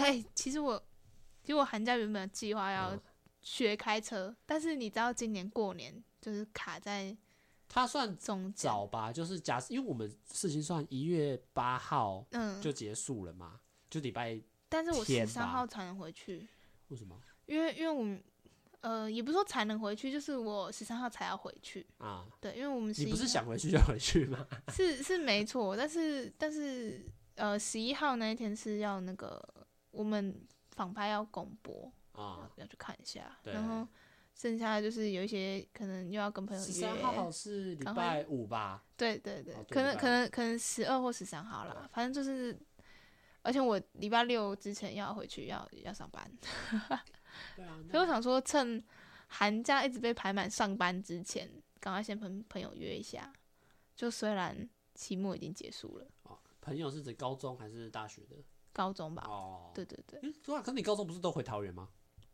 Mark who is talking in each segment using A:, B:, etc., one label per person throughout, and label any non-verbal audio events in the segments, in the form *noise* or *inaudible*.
A: 哎、其实我，其实我寒假原本计划要
B: 嗯
A: 学开车，但是你知道今年过年就是卡在
B: 它算
A: 中间，
B: 早吧，就是假设因为我们事情算一月八号
A: 嗯，
B: 就结束了嘛，就礼拜
A: 但是我
B: 天
A: 十
B: 吧
A: 三号才能回去，
B: 为什么
A: 因为因为我们呃也不是说才能回去，就是我十三号才要回去，
B: 啊？
A: 对，因为我们
B: 你
A: 十一
B: 不是想回去就回去吗？
A: 是是没错，但是但是呃十一号那一天是要那个我们访拍要公播，
B: 啊，
A: 要去看一下，
B: 对
A: 然后剩下的就是有一些可能又要 *laughs* 跟朋友
B: 十
A: 约
B: 三，号是礼
A: 赶
B: 拜五吧？
A: 对对对
B: 哦，对
A: 可
B: 礼
A: 能
B: 拜
A: 可能可能十二或十三号啦，反正就是，而且我礼拜六之前要回去要要上班，
B: 对啊，
A: 所以我
B: 那
A: 想说趁寒假一直被排满上班之前，赶快先跟朋友约一下，就虽然期末已经结束了，
B: 哦，朋友是指高中还是大学的？
A: 高中吧，
B: 哦，
A: 对对对，
B: 诶，对啊，可是你高中不是都回桃园吗？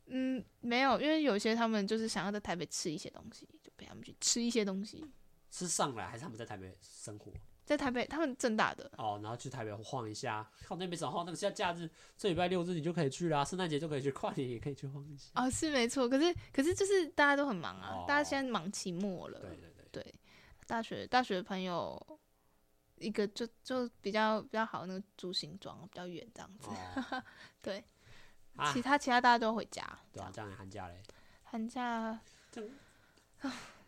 A: 嗯，没有，因为有些他们就是想要在台北吃一些东西，就陪他们去吃一些东西。
B: 是上来还是他们在台北生活？
A: 在台北，他们正大的，
B: 哦，然后去台北晃一下，靠那边找晃，那个下假日这礼拜六日你就可以去啦，圣诞节就可以去，跨年也可以去晃一下。
A: 哦，是没错，可是可是就是大家都很忙啊，
B: 哦
A: 大家现在忙期末了。
B: 对对对，
A: 对大学大学的朋友，一个就就比较比较好，那个住新庄比较远这样子。
B: 哦，
A: *laughs* 对，
B: 啊
A: 其，他其他大家都回家，这
B: 对啊
A: 样，
B: 这样也寒假嘞，
A: 寒假
B: 这样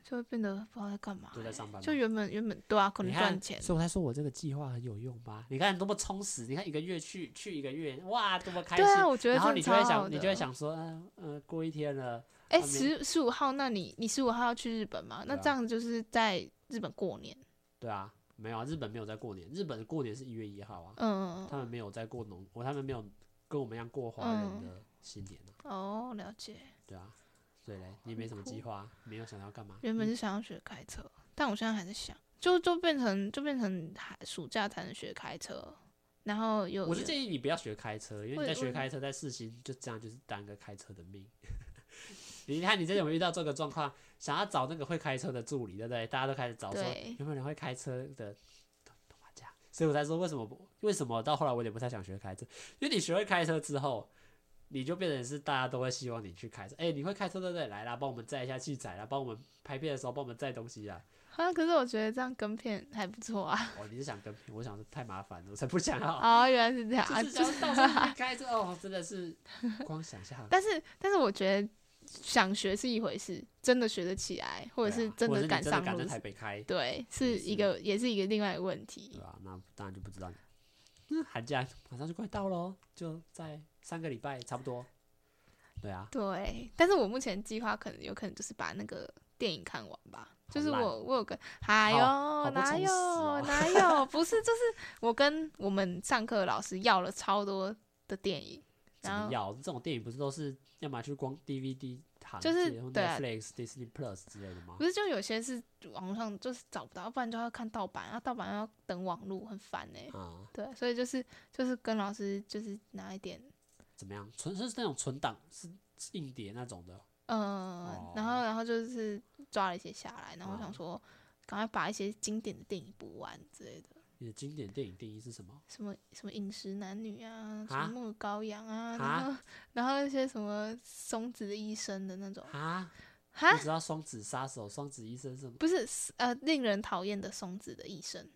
A: 就会变得不知道在干嘛、
B: 都在上班吗
A: 就原本原本对啊，可
B: 你
A: 能
B: 看
A: 赚钱。
B: 所以我才说我这个计划很有用吧？你看多么充实，你看一个月去去一个月，哇，多么开
A: 对
B: 心。
A: 啊，我觉得
B: 然后
A: 真
B: 你
A: 的
B: 就会
A: 超好
B: 想，
A: 的。
B: 你就会想说，嗯、呃，过一天了，
A: 哎、
B: 他没
A: 十十五号，那你你十五号要去日本吗？那
B: 对啊
A: 这样就是在日本过年，
B: 对啊，没有啊，日本没有在过年，日本的过年是一月一号啊，
A: 嗯，
B: 他们没有在过农，我他们没有跟我们一样过华人
A: 嗯
B: 的新年啊，
A: 哦，了解。
B: 对啊，所以嘞，你没什么计划啊，没有想要干嘛，
A: 原本
B: 你
A: 是想要学开车，但我现在还在想，就就变成就变成寒暑假才能学开车，然后有
B: 我是
A: 有
B: 建议你不要学开车，因为
A: 我
B: 你在
A: 也我
B: 学
A: 也
B: 开车，在试新就这样就是当个开车的命。 *laughs* 你看你这种遇到这个状况，想要找那个会开车的助理，对不对？大家都开始找说
A: 对
B: 有没有人会开车的懂懂吗这样所以我才说为什么不为什么到后来我也不太想学开车，因为你学会开车之后，你就变成是大家都会希望你去开车。哎、你会开车对不对？来啦，帮我们载一下器材啦，帮我们拍片的时候帮我们载东西啦。
A: 啊，可是我觉得这样跟片还不错啊。
B: 哦，你是想跟屁，我想说太麻烦了，我才不想要。
A: 哦，原来是这样啊，
B: 就是
A: 就
B: 想
A: 是
B: 要到时候去开车哦，真的是光想
A: *laughs*
B: 象。
A: 但是但是我觉得想学是一回事，真的学得起来， *laughs* 或者
B: 对
A: 是
B: 啊
A: 真
B: 或
A: 的
B: 者是你
A: 赶上
B: 赶
A: 路
B: 在
A: 是，
B: 台北开，
A: 对，
B: 也
A: 是一
B: 是
A: 个也是一个另外一个问题
B: 对。吧、那当然就不知道你。那寒假马上就快到喽，就在三个礼拜差不多。对啊，
A: 对，但是我目前计划可能有可能就是把那个电影看完吧。就是
B: 好烂
A: 我，我有跟，哎呦，
B: 好不
A: 哪
B: 充实
A: 有、
B: 哦 *laughs*
A: 哪有，不是，就是我跟我们上课的老师要了超多的电影，
B: 怎
A: 然
B: 么
A: 后
B: 要？这种电影不是都是要么去光 DVD 行
A: 就是
B: 界或
A: 对啊
B: Netflix、Disney Plus 之类的吗
A: 不？是就有些是网上就是找不到，不然就要看盗版，然后盗版要等网路，很烦哎、
B: 啊，
A: 对，所以就是就是跟老师就是拿一点，
B: 怎么样？纯是那种存档是是硬碟那种的，
A: 嗯、
B: 哦
A: 然后然后就是抓了一些下来，然后我
B: 哦
A: 想说，赶快把一些经典的电影补完之类的。
B: 你的经典电影定义是什么？
A: 什么什么饮食男女啊，什
B: 啊
A: 么木羔羊啊，
B: 啊
A: 然后然后一些什么松子医生的那种
B: 啊，
A: 哈
B: 你，知道双子杀手、双子医生是什么？
A: 不是是呃令人讨厌的松子的医生，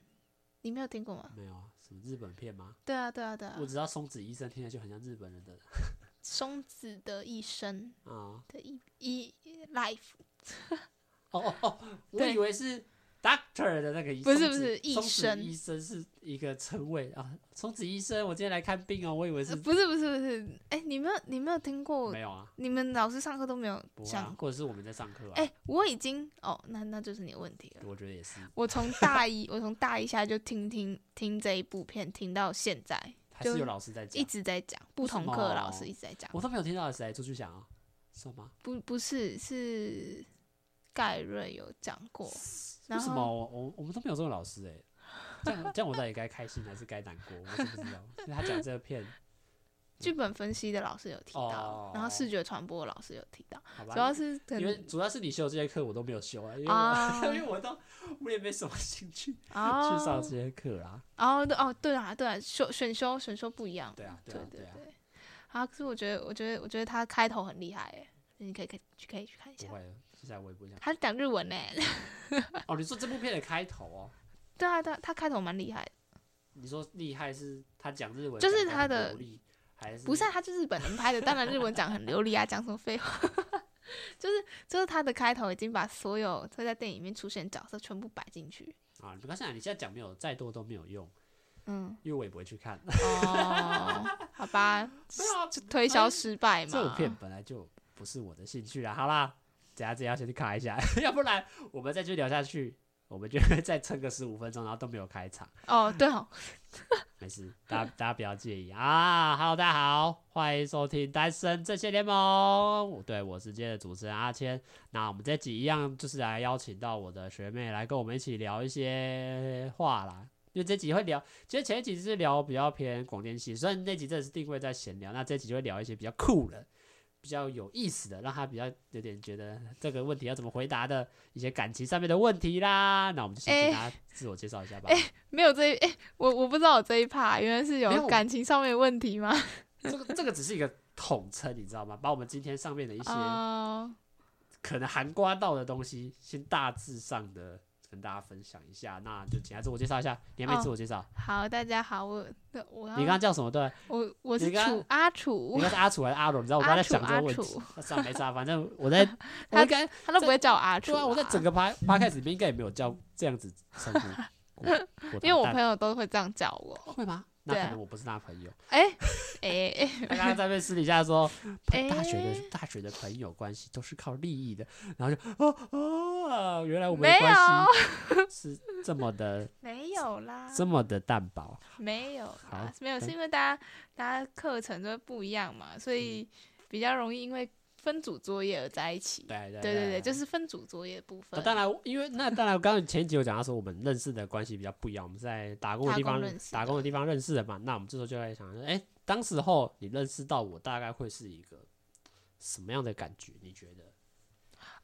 A: 你没有听过吗？
B: 没有啊，什么日本片吗？
A: 对啊对啊对啊
B: 我，只知道松子医生听起来就很像日本人的
A: 松子的一生
B: 啊。
A: 的一一 life
B: 哦哦哦，
A: *laughs*
B: 我
A: 对
B: 以为是 doctor 的那个医，
A: 不是
B: 松
A: 不
B: 子
A: 是医
B: 松子
A: 生
B: 医生是一个称谓啊。松子医生，我今天来看病哦，我以为
A: 呃
B: 是
A: 不是不是不是，哎、你没有你没有听过
B: 没，有啊，
A: 你们老师上课都没有
B: 不会
A: 讲
B: 啊，，或者是我们在上课啊。
A: 哎、我已经哦，那那就是你的问题了。
B: 我觉得也是，
A: 我从大一，我从大一下就听听听这一部片，听到现在，
B: 还
A: 就是
B: 有老师在
A: 一
B: 讲，
A: 直在讲，不同课的老师一直在讲，
B: 我都没有听到谁出去讲啊，算吗？
A: 不不是是盖瑞有讲过，
B: 为
A: 然
B: 什
A: 后
B: 么我我我们都没有这种老师哎？这样这样我到底该开心还是该难过？我是不知道。所以他讲这个片，
A: 剧本分析的老师有提
B: 哦
A: 到，然后视觉传播的老师有提到，
B: 好
A: *laughs*
B: 吧？
A: 主要是可
B: 因为
A: 能
B: 主要是你修这些课我都没有修啊，因为我、
A: 啊
B: *laughs* 因为我都我也没什么兴趣去上这
A: 哦
B: 些课啦。
A: 哦对哦对啊对啊，选选修选修不一样，
B: 对啊，对
A: 对
B: 啊，
A: 对
B: 啊。
A: 对，啊，可是我觉得，我觉得，我觉得他开头很厉害哎，你可以可以去可以去看一
B: 不
A: 下。
B: 会的，接下来我也不想。
A: 他是讲日文呢，
B: 哦，你说这部片的开头哦，
A: *laughs* 对啊，对啊，他开头蛮厉害的，
B: 你说厉害是他讲日文，
A: 就是他的
B: 力，还是
A: 不是、啊、他是日本人拍的，当然日文讲很流利啊，讲什么废话？ *laughs* 就是就是他的开头已经把所有会在电影里面出现的角色全部摆进去，
B: 啊？你不要想，你现在讲没有再多都没有用，
A: 嗯，
B: 因为我也不会去看。
A: 哦，好
B: *laughs*
A: 吧，
B: 对啊，
A: *laughs*
B: 这
A: 推销失败嘛，
B: 这种片本来就不是我的兴趣啦。好啦，等下自己要先去看一下， *laughs* 要不然我们再去聊下去，我们就会再撑个十五分钟，然后都没有开场。
A: 哦，对哦，
B: 没事，大家大家不要介意啊！Hello，大家好，欢迎收听《单身这些联盟》，我对我是今天的主持人阿谦。那我们这集一样就是来邀请到我的学妹来跟我们一起聊一些话啦，因为这集会聊，其实前一集是聊比较偏广电系，虽然那集真的是定位在闲聊，那这集就会聊一些比较酷的。比较有意思的，让他比较有点觉得这个问题要怎么回答的一些感情上面的问题啦。那我们就先
A: 哎
B: 请大家自我介绍一下吧。
A: 没有这一，哎、我我不知道我这一趴原来是
B: 没
A: 有
B: 有
A: 感情上面的问题吗？ *laughs*
B: 这个这个只是一个统称，你知道吗？把我们今天上面的一些
A: 哦，
B: 可能含刮到的东西，先大致上的跟大家分享一下。那就请来自我介绍一下，你还没
A: 哦
B: 自我介绍，
A: 好，大家好，我那我要
B: 你刚刚叫什么？对，
A: 我我是
B: 你刚
A: 楚阿
B: 你
A: 楚
B: 应该，是阿楚还是阿荣？你知道我刚才在想这个问
A: 阿楚
B: 题，那 *laughs* 算了没差，反正
A: *laughs*
B: 我在我
A: 他
B: 应该
A: 他都不会叫我阿楚
B: 对
A: 啦、
B: 啊，我在整个趴趴开始里面应该也没有叫这样子称呼过，
A: *laughs* 因为我
B: 蛋
A: 朋友都会这样叫我。
B: 会吗？那
A: 对
B: 可
A: 啊
B: 能我不是他朋友， *laughs*
A: 哎哎哎，
B: 他刚刚在被私底下说，
A: *laughs* 哎
B: 大学的大学的朋友关系都是靠利益的，然后就哦哦，原来我们的
A: 没有
B: 关系 *laughs* 是这么的
A: 没有啦，
B: 这么的淡薄。
A: 没有
B: 好哎
A: 啦，没有是因为大家大家课程都不一样嘛，所以比较容易因为分组作业而在一起。
B: 嗯对
A: 对
B: 对。
A: 对对，就是是分组作业的部分。
B: 当然，因为那当然，刚刚前几集有讲到说我们认识的关系比较不一样，我们是在打工的
A: 打
B: 地
A: 工
B: 方
A: 认识
B: 打工的地方认识的嘛。那我们这时候就在想说，哎、当时候你认识到我，大概会是一个什么样的感觉？你觉得？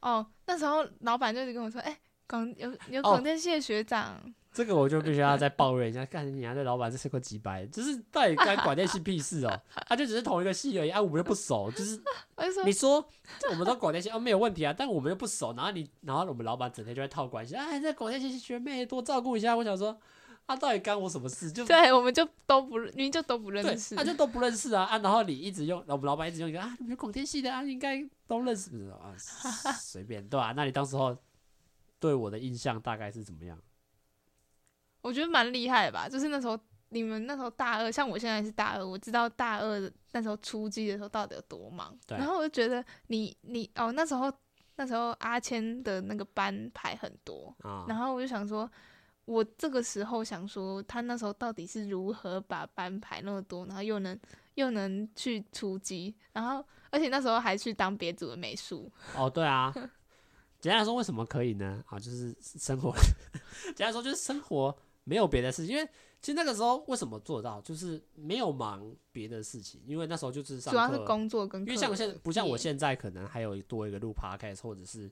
A: 哦，那时候老板就一直跟我说，哎、广有有
B: 哦
A: 广电系的学长，
B: 这个我就必须要再抱怨一下，干你娘这老板这是个鸡掰，就是到底干管电系屁事哦、 *laughs* 他就只是同一个系而已，啊，我们又不熟，就是
A: 我就说
B: 你说我们都广电系哦没有问题啊，但我们又不熟，然后你然后我们老板整天就在套关系，哎，这广电系学妹多照顾一下，我想说，啊，到底干我什么事？就
A: 对，我们就都不认，明明就都不
B: 对
A: 认识
B: 他。就都不认识啊啊！然后你一直用，我们老板一直用一个啊，你们广电系的啊，应该都认识不是啊，随便对吧、那你当时候对我的印象大概是怎么样？
A: 我觉得蛮厉害的吧，就是那时候你们那时候大二，像我现在是大二，我知道大二的那时候初期的时候到底有多忙，
B: 对
A: 然后我就觉得你你哦那时候那时候阿谦的那个班排很多，
B: 啊、
A: 然后我就想说。我这个时候想说，他那时候到底是如何把班排那么多，然后又能又能去出击，然后而且那时候还去当别组的美术，
B: 哦，
A: *laughs*
B: 对啊，简单来说，为什么可以呢？啊，就是生活， *laughs* 简单来说就是生活没有别的事情，因为其实那个时候为什么做到，就是没有忙别的事情，因为那时候就是上
A: 主要是
B: 课
A: 工作跟
B: 因为
A: 课
B: 像我现在不像我
A: 业
B: 现在可能还有多一个录 podcast 或者是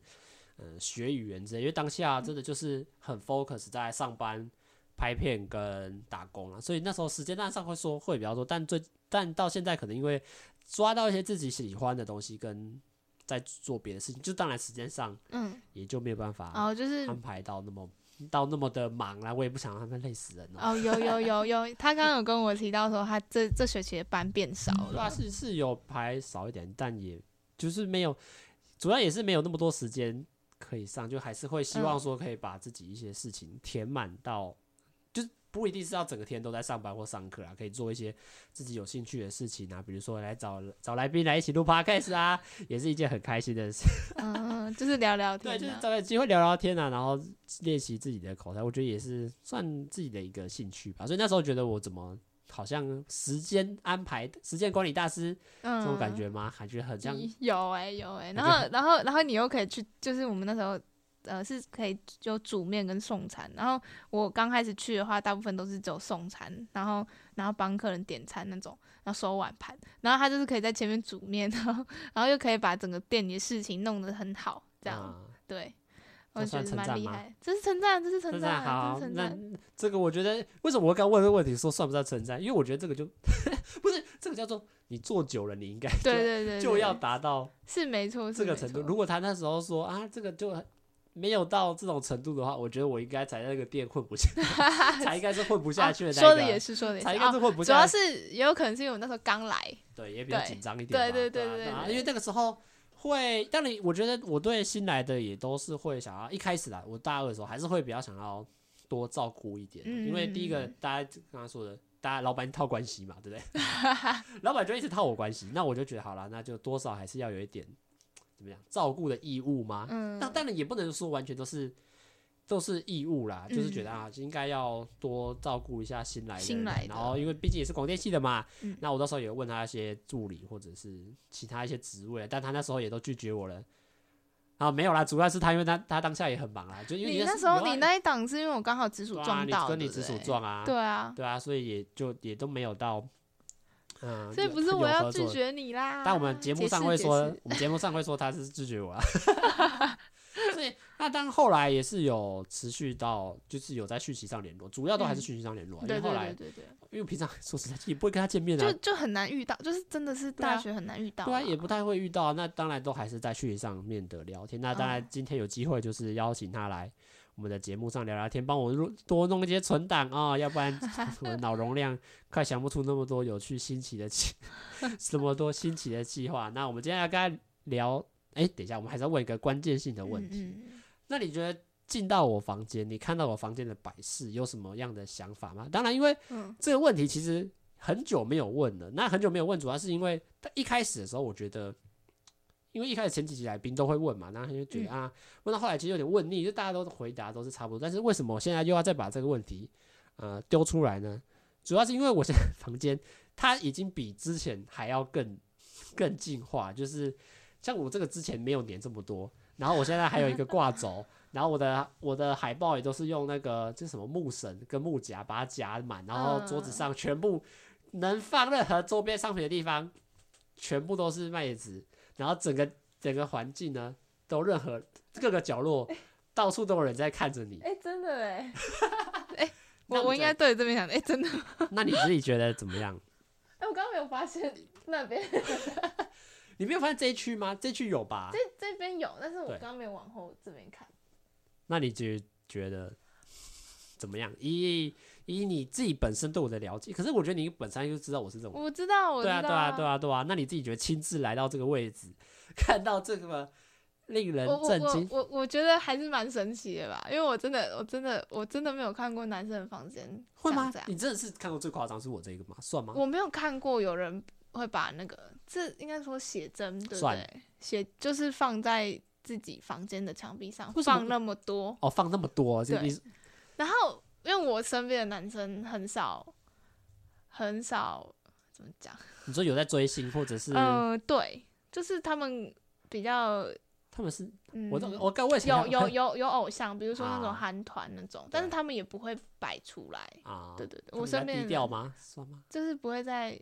B: 嗯、呃学语言之类，因为当下真的就是很 focus 在上班、拍片跟打工了，所以那时候时间当然上会说会比较多，但最但到现在可能因为抓到一些自己喜欢的东西跟在做别的事情，就当然时间上
A: 嗯，
B: 也就没有办法
A: 哦就是
B: 安排到那么到那么的忙啦，我也不想让他们累死人哦、
A: 哦，有有有有，他刚刚有跟我提到说，他这这学期的班变少
B: 对啊，
A: 了。
B: 是是有排少一点，但也就是没有，主要也是没有那么多时间可以上，就还是会希望
A: 嗯
B: 说可以把自己一些事情填满到，就是不一定是要整个天都在上班或上课啊，可以做一些自己有兴趣的事情啊，比如说来找找来宾来一起录 podcast 啊，也是一件很开心的事。 *laughs*
A: 嗯嗯，嗯就是聊聊
B: 对，
A: 天
B: 就是
A: 啊。
B: 找个机会聊聊天啊，然后练习自己的口才，我觉得也是算自己的一个兴趣吧。所以那时候觉得我怎么好像时间安排、时间管理大师。
A: 嗯，
B: 这种感觉吗？感觉很像
A: 你有哎、有哎、
B: 感觉
A: 然后然后然后你又可以去，就是我们那时候呃是可以有煮面跟送餐。然后我刚开始去的话，大部分都是只有送餐，然后然后帮客人点餐那种，然后收碗盘。然后他就是可以在前面煮面，然后然后又可以把整个店里的事情弄得很好，这样、
B: 啊
A: 对。我
B: 这
A: 觉
B: 算
A: 得
B: 称
A: 蛮
B: 赞
A: 厉
B: 吗
A: 害，这是称赞，这是称
B: 称
A: 赞，啊
B: 赞
A: 这
B: 好
A: 是，称
B: 那
A: 赞。
B: 这个我觉得为什么我刚问这个问题说算不算称赞？因为我觉得这个就 *laughs* 不是这个叫做你做久了，你应该
A: *laughs*
B: 就
A: 对对对，
B: 就要
A: 对
B: 达到
A: 是没错，是
B: 这个
A: 没
B: 程度。
A: 错
B: 如果他那时候说啊，这个就没有到这种程度的话，我觉得我应该才在那个店
A: *laughs*
B: 混不下，才应该是混不下
A: 啊
B: 去的那
A: 说
B: 一
A: 的
B: 个
A: 也是，说的也
B: 才
A: 是
B: 应该
A: 啊。
B: 是混不
A: 主
B: 下
A: 要
B: 去。
A: 是也有可能是因为我那时候刚来，
B: 对，也比较
A: 对
B: 紧张一点吧。
A: 对对
B: 对
A: 对
B: 啊
A: 对
B: 啊
A: 对
B: 因为那个时候会，当然我觉得我对新来的也都是会想要一开始啦，我大二的时候还是会比较想要多照顾一点啊，因为第一个
A: 嗯
B: 大家刚刚说的。大家老板套关系嘛，对不对？ *laughs* 老板就一直套我关系，那我就觉得好了，那就多少还是要有一点怎么样照顾的义务吗？
A: 嗯
B: 啊那，当然也不能说完全都是都是义务啦，就是觉得
A: 嗯
B: 啊，应该要多照顾一下新来的
A: 新
B: 人
A: 来的
B: 然后因为毕竟也是广电系的嘛，
A: 嗯
B: 那我到时候也问他一些助理或者是其他一些职位，但他那时候也都拒绝我了。啊，没有啦，主要是他因为他他当下也很忙啦，就因为
A: 你
B: 那
A: 那时候
B: 有啊
A: 你那一档是因为我刚好直属
B: 对啊
A: 撞
B: 你
A: 到，
B: 跟
A: 对
B: 你
A: 不
B: 直属
A: 对
B: 撞啊，
A: 对啊，
B: 对啊，所以也就也都没有到，嗯，
A: 所以
B: 有
A: 不是我
B: 有
A: 要
B: 合
A: 拒
B: 作
A: 绝你啦。
B: 但我们节目
A: 啊解
B: 上
A: 释
B: 会
A: 解
B: 说
A: 释，
B: 我们节目上会说他是拒
A: *laughs*
B: 绝我、啊，所以那当后来也是有持续到，就是有在讯息上联络，主要都还
A: 嗯
B: 是讯息上联络啊、因
A: 对
B: 为
A: 对
B: 后来
A: 对对对，
B: 因为平常 *laughs* 说实在也不会跟他见面
A: 就
B: 啊，
A: 就很难遇到，就是真的是
B: 对啊
A: 大学很难遇到啦，
B: 对啊，也不太会遇到，那当然都还是在讯息上面的聊天。那当然
A: 嗯
B: 今天有机会就是邀请他来。我们的节目上聊聊天，帮我录多弄一些存档啊、要
A: *laughs*
B: 不然我的脑容量快想不出那么多有趣新奇
A: *laughs*
B: 的计，这么多新奇的计划。那我们今天要跟他聊，哎、等一下，我们还是要问一个关键性的
A: 嗯
B: 问题。
A: 嗯嗯
B: 那你觉得进到我房间，你看到我房间的摆饰，有什么样的想法吗？当然，因为
A: 嗯
B: 这个问题其实很久没有问了。那很久没有问，主要是因为他一开始的时候，我觉得，因为一开始前几集来宾都会问嘛，然后他就觉得、啊，问到后来其实有点问腻，就大家都回答都是差不多。但是为什么我现在又要再把这个问题呃丢出来呢？主要是因为我现在房间它已经比之前还要更更进化，就是像我这个之前没有粘这么多，然后我现在还有一个挂轴，然后我的我的海报也都是用那个这什么木绳跟木夹把它夹满，然后桌子上全部能放任何周边商品的地方，全部都是麦子，然后整个整个环境呢，都任何各个角落。到处都有人在看着你，
A: 哎、真的哎，哎、*laughs*
B: 那
A: 我
B: 我
A: 我
B: 们
A: 应
B: 再
A: 该对着这边想的，哎、真的，
B: 那你自己觉得怎
A: *laughs*
B: 么样？
A: 哎、我刚刚没有发现那边， *laughs*
B: 你没有发现这一区吗？这一区有吧？
A: 这这边有，但是我
B: 对
A: 刚刚没有往后这边看。
B: 那你觉觉得怎么样？以以你自己本身对我的了解，可是我觉得你本身就知道我是这种人，
A: 我知道，我知道、
B: 对啊，对啊，对
A: 啊，
B: 啊，对啊。那你自己觉得亲自来到这个位置， *laughs* 看到这个令人
A: 我我
B: 震
A: 我
B: 惊，
A: 我我觉得还是蛮神奇的吧，因为我真的我真的我真的没有看过男生的房间
B: 会吗
A: 长这？样，
B: 你真的是看过最夸张是我这个吗？算吗？
A: 我没有看过有人会把那个这应该说写真对不
B: 算
A: 对？写就是放在自己房间的墙壁上
B: 为什么
A: 放那么多，
B: 哦，放那么多，这
A: 对
B: 你
A: 然后因为我身边的男生很少，很少怎么讲？
B: 你说有在追星，或者是、
A: 嗯、对，就是他们比较
B: 他们是
A: 嗯，
B: 我都我刚问
A: 有有有有偶像，比如说那
B: 啊
A: 种韩团那种，但是
B: 对
A: 他们也不会摆出来。
B: 啊，
A: 对对对，
B: 他
A: 我
B: 们比较
A: 身边
B: 低
A: 的
B: 调
A: 人
B: 吗？算吗？
A: 就是不会在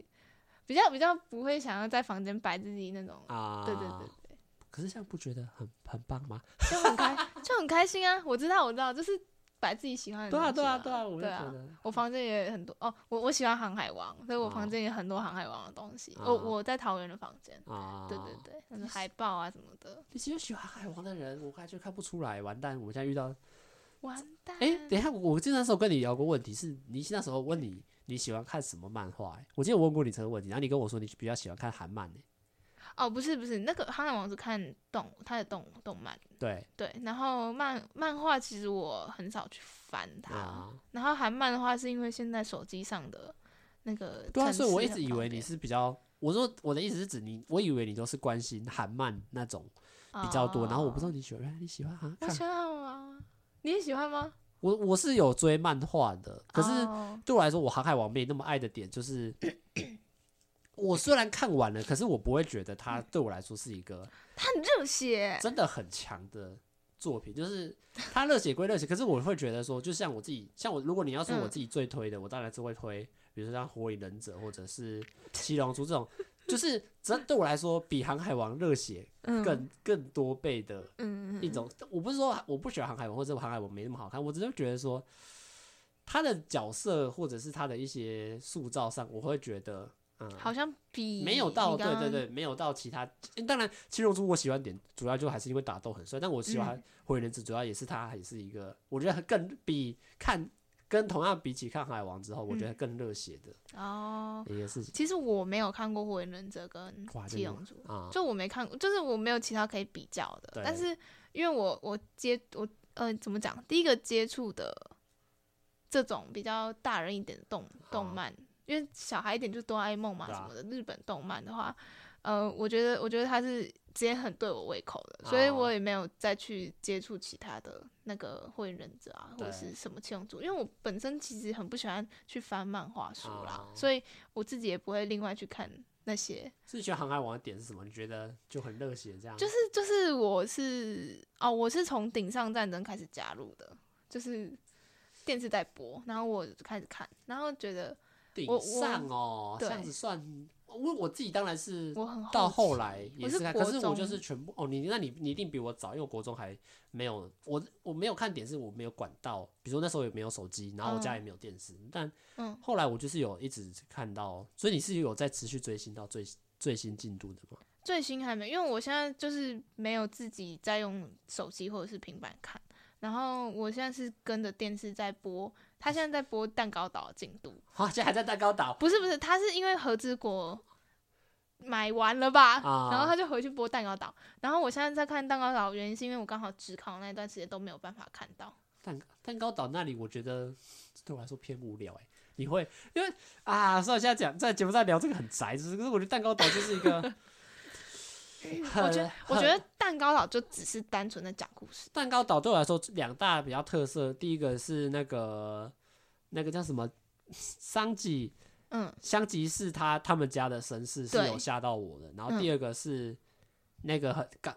A: 比较比较不会想要在房间摆自己那种。
B: 啊，
A: 对对对对，
B: 可是这样不觉得很很棒吗？
A: 就很开就很开心啊！我知道我知道，就是摆自己喜欢的
B: 对啊
A: 东
B: 对
A: 西
B: 啊对啊，我就
A: 对
B: 觉
A: 啊。
B: 得
A: 我房间也很多哦，我我喜欢航海王，所以我
B: 哦
A: 房间也很多航海王的东西。
B: 啊
A: 我我在桃园的房间，
B: 啊，
A: 对对对，那是海报啊什么的。
B: 你只有喜欢海王的人，我感觉看不出来，完蛋！我现在遇
A: 嗯
B: 到，
A: 完蛋！
B: 哎、等一下，我记得那时候跟你聊过问题，是你那时候问你你喜欢看什么漫画、欸？我记得我问过你这个问题，然后你跟我说你比较喜欢看韩漫、欸，
A: 哦，不是不是，那个航海王是看动他的动动漫，
B: 对
A: 对。然后漫漫画其实我很少去翻它，
B: 啊，
A: 然后韩漫的话是因为现在手机上的那个
B: 对啊，
A: 程
B: 所以我
A: 式
B: 一
A: 很欸
B: 直以
A: 方
B: 为你
A: 便
B: 是比较，我说我的意思是指你，我以为你都是关心韩漫那种比较多，然后我不知道
A: 哦
B: 你喜欢，原来你喜欢啊，
A: 我
B: 看
A: 喜欢航海王啊，你也喜欢吗？
B: 我我是有追漫画的，可是
A: 哦
B: 对我来说，我《航海王》没那么爱的点就是，我虽然看完了，可是我不会觉得它对我来说是一个
A: 他很热血，
B: 真的很强的作品。就是它热血归热血，可是我会觉得说，就像我自己，像我，如果你要说
A: 嗯
B: 我自己最推的，我当然是会推，比如说像《火影忍者》或者是《七龙珠》这种，就是这对我来说比《航海王》热血
A: 嗯，
B: 更更多倍的
A: 嗯嗯
B: 一种。我不是说我不喜欢《航海王》或者《航海王》没那么好看，我只是觉得说他的角色或者是他的一些塑造上，我会觉得嗯，
A: 好像比
B: 没有到
A: 你刚
B: 对
A: 刚
B: 对对，没有到其他。诶当然，七龙珠我喜欢点主要就还是因为打斗很帅，但我喜欢
A: 嗯
B: 火影忍者主要也是他也是一个，我觉得更比看跟同样比起看海王之后，我觉得更热血的
A: 嗯哦。
B: 一个事情
A: 其实我没有看过《火影忍者》跟
B: 哇
A: 《
B: 真
A: 七
B: 的
A: 龙珠》，
B: 啊。
A: 就我没看，过，就是我没有其他可以比较的
B: 对。
A: 但是因为我我接我呃怎么讲，第一个接触的这种比较大人一点的动动
B: 啊
A: 漫，因为小孩一点就哆啦 A 梦嘛
B: 对
A: 什
B: 啊
A: 么的，日本动漫的话，呃，我觉得我觉得它是直接很对我胃口的，所以
B: 啊
A: 我也没有再去接触其他的那个火影忍者啊或者
B: 对
A: 是什么七龙珠，因为我本身其实很不喜欢去翻漫画书啦
B: 啊，
A: 所以我自己也不会另外去看那些。
B: 是喜欢航海王的点是什么？你觉得就很热血这样？
A: 就是就是我是哦，我是从顶上战争开始加入的，就是电视在播，然后我就开始看，然后觉得我
B: 顶
A: 我
B: 上哦，这
A: 对
B: 样子算。我我自己当然是
A: 我很好
B: 到后
A: 奇
B: 来也
A: 我
B: 是
A: 是
B: 看，
A: 国
B: 可是我就
A: 中
B: 是全部哦，你那你你一定比我早，因为我国中还没有我我没有看点是我没有管到，比如说那时候也没有手机，然后我家
A: 嗯
B: 也没有电视，但
A: 嗯
B: 后来我就是有一直看到，所以你是有在持续追星到最最新进度的吗？
A: 最新还没，因为我现在就是没有自己在用手机或者是平板看，然后我现在是跟着电视在播，他现在在播蛋糕岛的进度，
B: 好、现在还在蛋糕岛
A: 不是不是，他是因为和之国买完了吧，
B: 啊
A: 然后他就回去播蛋糕岛，然后我现在在看蛋糕岛，原因是因为我刚好只考那一段时间都没有办法看到。
B: 蛋蛋糕岛那里，我觉得对我来说偏无聊哎、你会因为啊，算了，现在讲在节目上聊这个很宅，只是可是我觉得蛋糕岛就是一个
A: *laughs*
B: 很，
A: 我觉得我觉得蛋糕岛就只是单纯的讲故事，
B: 蛋糕岛对我来说两大比较特色，第一个是那个那个叫什么桑吉
A: 嗯，
B: 香吉士他他们家的绅士是
A: 对
B: 有吓到我的，然后
A: 嗯
B: 第二个是那个很港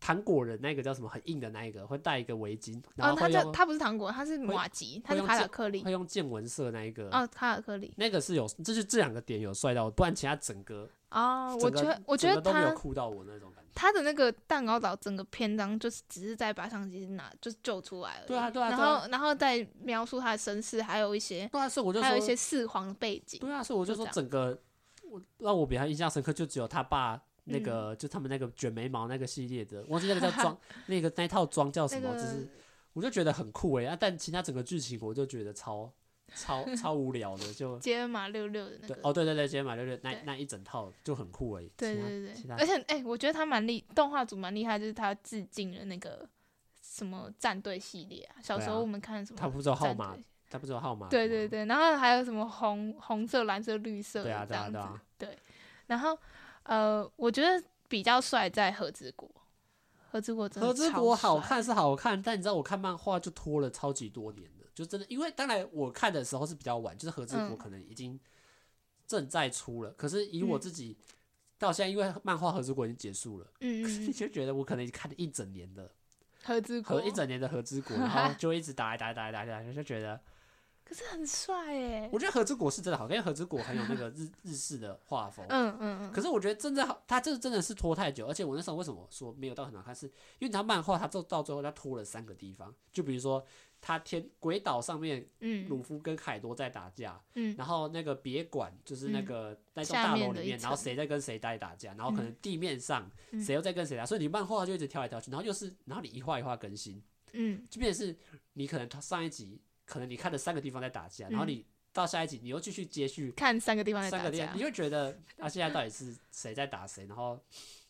B: 糖果人那个叫什么很硬的那一个会戴一个围巾，
A: 哦，
B: 然后
A: 他
B: 会
A: 叫
B: 用、
A: 他不是糖果，他是马吉，他是
B: 用
A: 卡
B: 这
A: 塔克利，
B: 会用见闻色那一个，
A: 哦，卡塔克利，
B: 那个是有，这就这两个点有帅到我，不然其他整个
A: 哦，我
B: 整
A: 觉
B: 个
A: 得我觉得
B: 整个都没有
A: 他
B: 哭到我那种感觉。
A: 他的那个蛋糕岛整个篇章就是只是在把相机拿就是救出来而已，
B: 对啊对啊
A: 然
B: 对啊
A: 后然后再描述他的身世，还有一些
B: 对啊，所以我就
A: 还有一
B: 说
A: 些四皇的背景，
B: 对啊，所以我就
A: 就
B: 说
A: 这样
B: 整个我让我比较印象深刻，就只有他爸
A: 嗯
B: 那个、就他们那个卷眉毛那个系列的，忘记那
A: *laughs*
B: 个叫妆，那个那一套妆叫什
A: 那
B: 么，就
A: 个
B: 是我就觉得很酷诶、啊，但其他整个剧情我就觉得超
A: *laughs*
B: 超超无聊的，就
A: 街马六六的那
B: 对
A: 个。
B: 哦对对对，今天买六六那
A: 对
B: 那一整套就很酷诶、
A: 对
B: 其他
A: 对对
B: 其
A: 对，
B: 他
A: 而且哎、我觉得他蛮厉，动画组蛮厉害，就是他致敬了那个什么战队系列啊。小
B: 对
A: 时
B: 啊
A: 候我们看什么
B: 他不知道号
A: 战
B: 码
A: 队，
B: 他不知道号码，
A: 对对，对，然后还有什么红红色、蓝色、绿色
B: 嗯对啊
A: 的这
B: 对啊
A: 样子，
B: 对啊
A: 对然后呃，我觉得比较帅在和之国，和之国真的
B: 和之
A: 超
B: 国好
A: 帅，
B: 看是好看，但你知道我看漫画就拖了超级多年的，就真的，因为当然我看的时候是比较晚，就是和之国
A: 嗯
B: 可能已经正在出了，可是以我
A: 嗯
B: 自己到现在，因为漫画和之国已经结束了，
A: 嗯嗯，
B: 你
A: 嗯
B: 就觉得我可能看了一整年的
A: 和之国
B: *laughs* 和一整年的和之
A: *laughs*
B: 国，然后就一直打来打来打来打来打来，就觉得
A: 可是很帅哎，
B: 我觉得和之国是真的好看，因为和之国很有那个日日式的画风，
A: 嗯嗯
B: 可
A: 嗯，
B: 是我觉得真的好，他这真的是拖太久，而且我那时候为什么说没有到很好看，是因为他漫画他做到最后他拖了三个地方，就比如说他天鬼岛上面
A: 嗯
B: 鲁夫跟凯多在打架，
A: 嗯
B: 然后那个别馆就是那
A: 嗯
B: 个那栋
A: 下
B: 大
A: 面
B: 楼
A: 的
B: 里
A: 一
B: 面，然后
A: 层
B: 谁在跟谁在打架，然后可能地面上
A: 嗯
B: 谁又在跟谁打，所以你漫画就一直跳来跳去，然后又是然后你一画一画更新，
A: 嗯
B: 就变成是你可能上一集可能你看了三个地方在打架，然
A: 嗯
B: 后你到下一集你又继续接续
A: 看三个地方在
B: 三
A: 打
B: 个店
A: 架，
B: 你就觉得啊，现在到底是谁在打谁，然后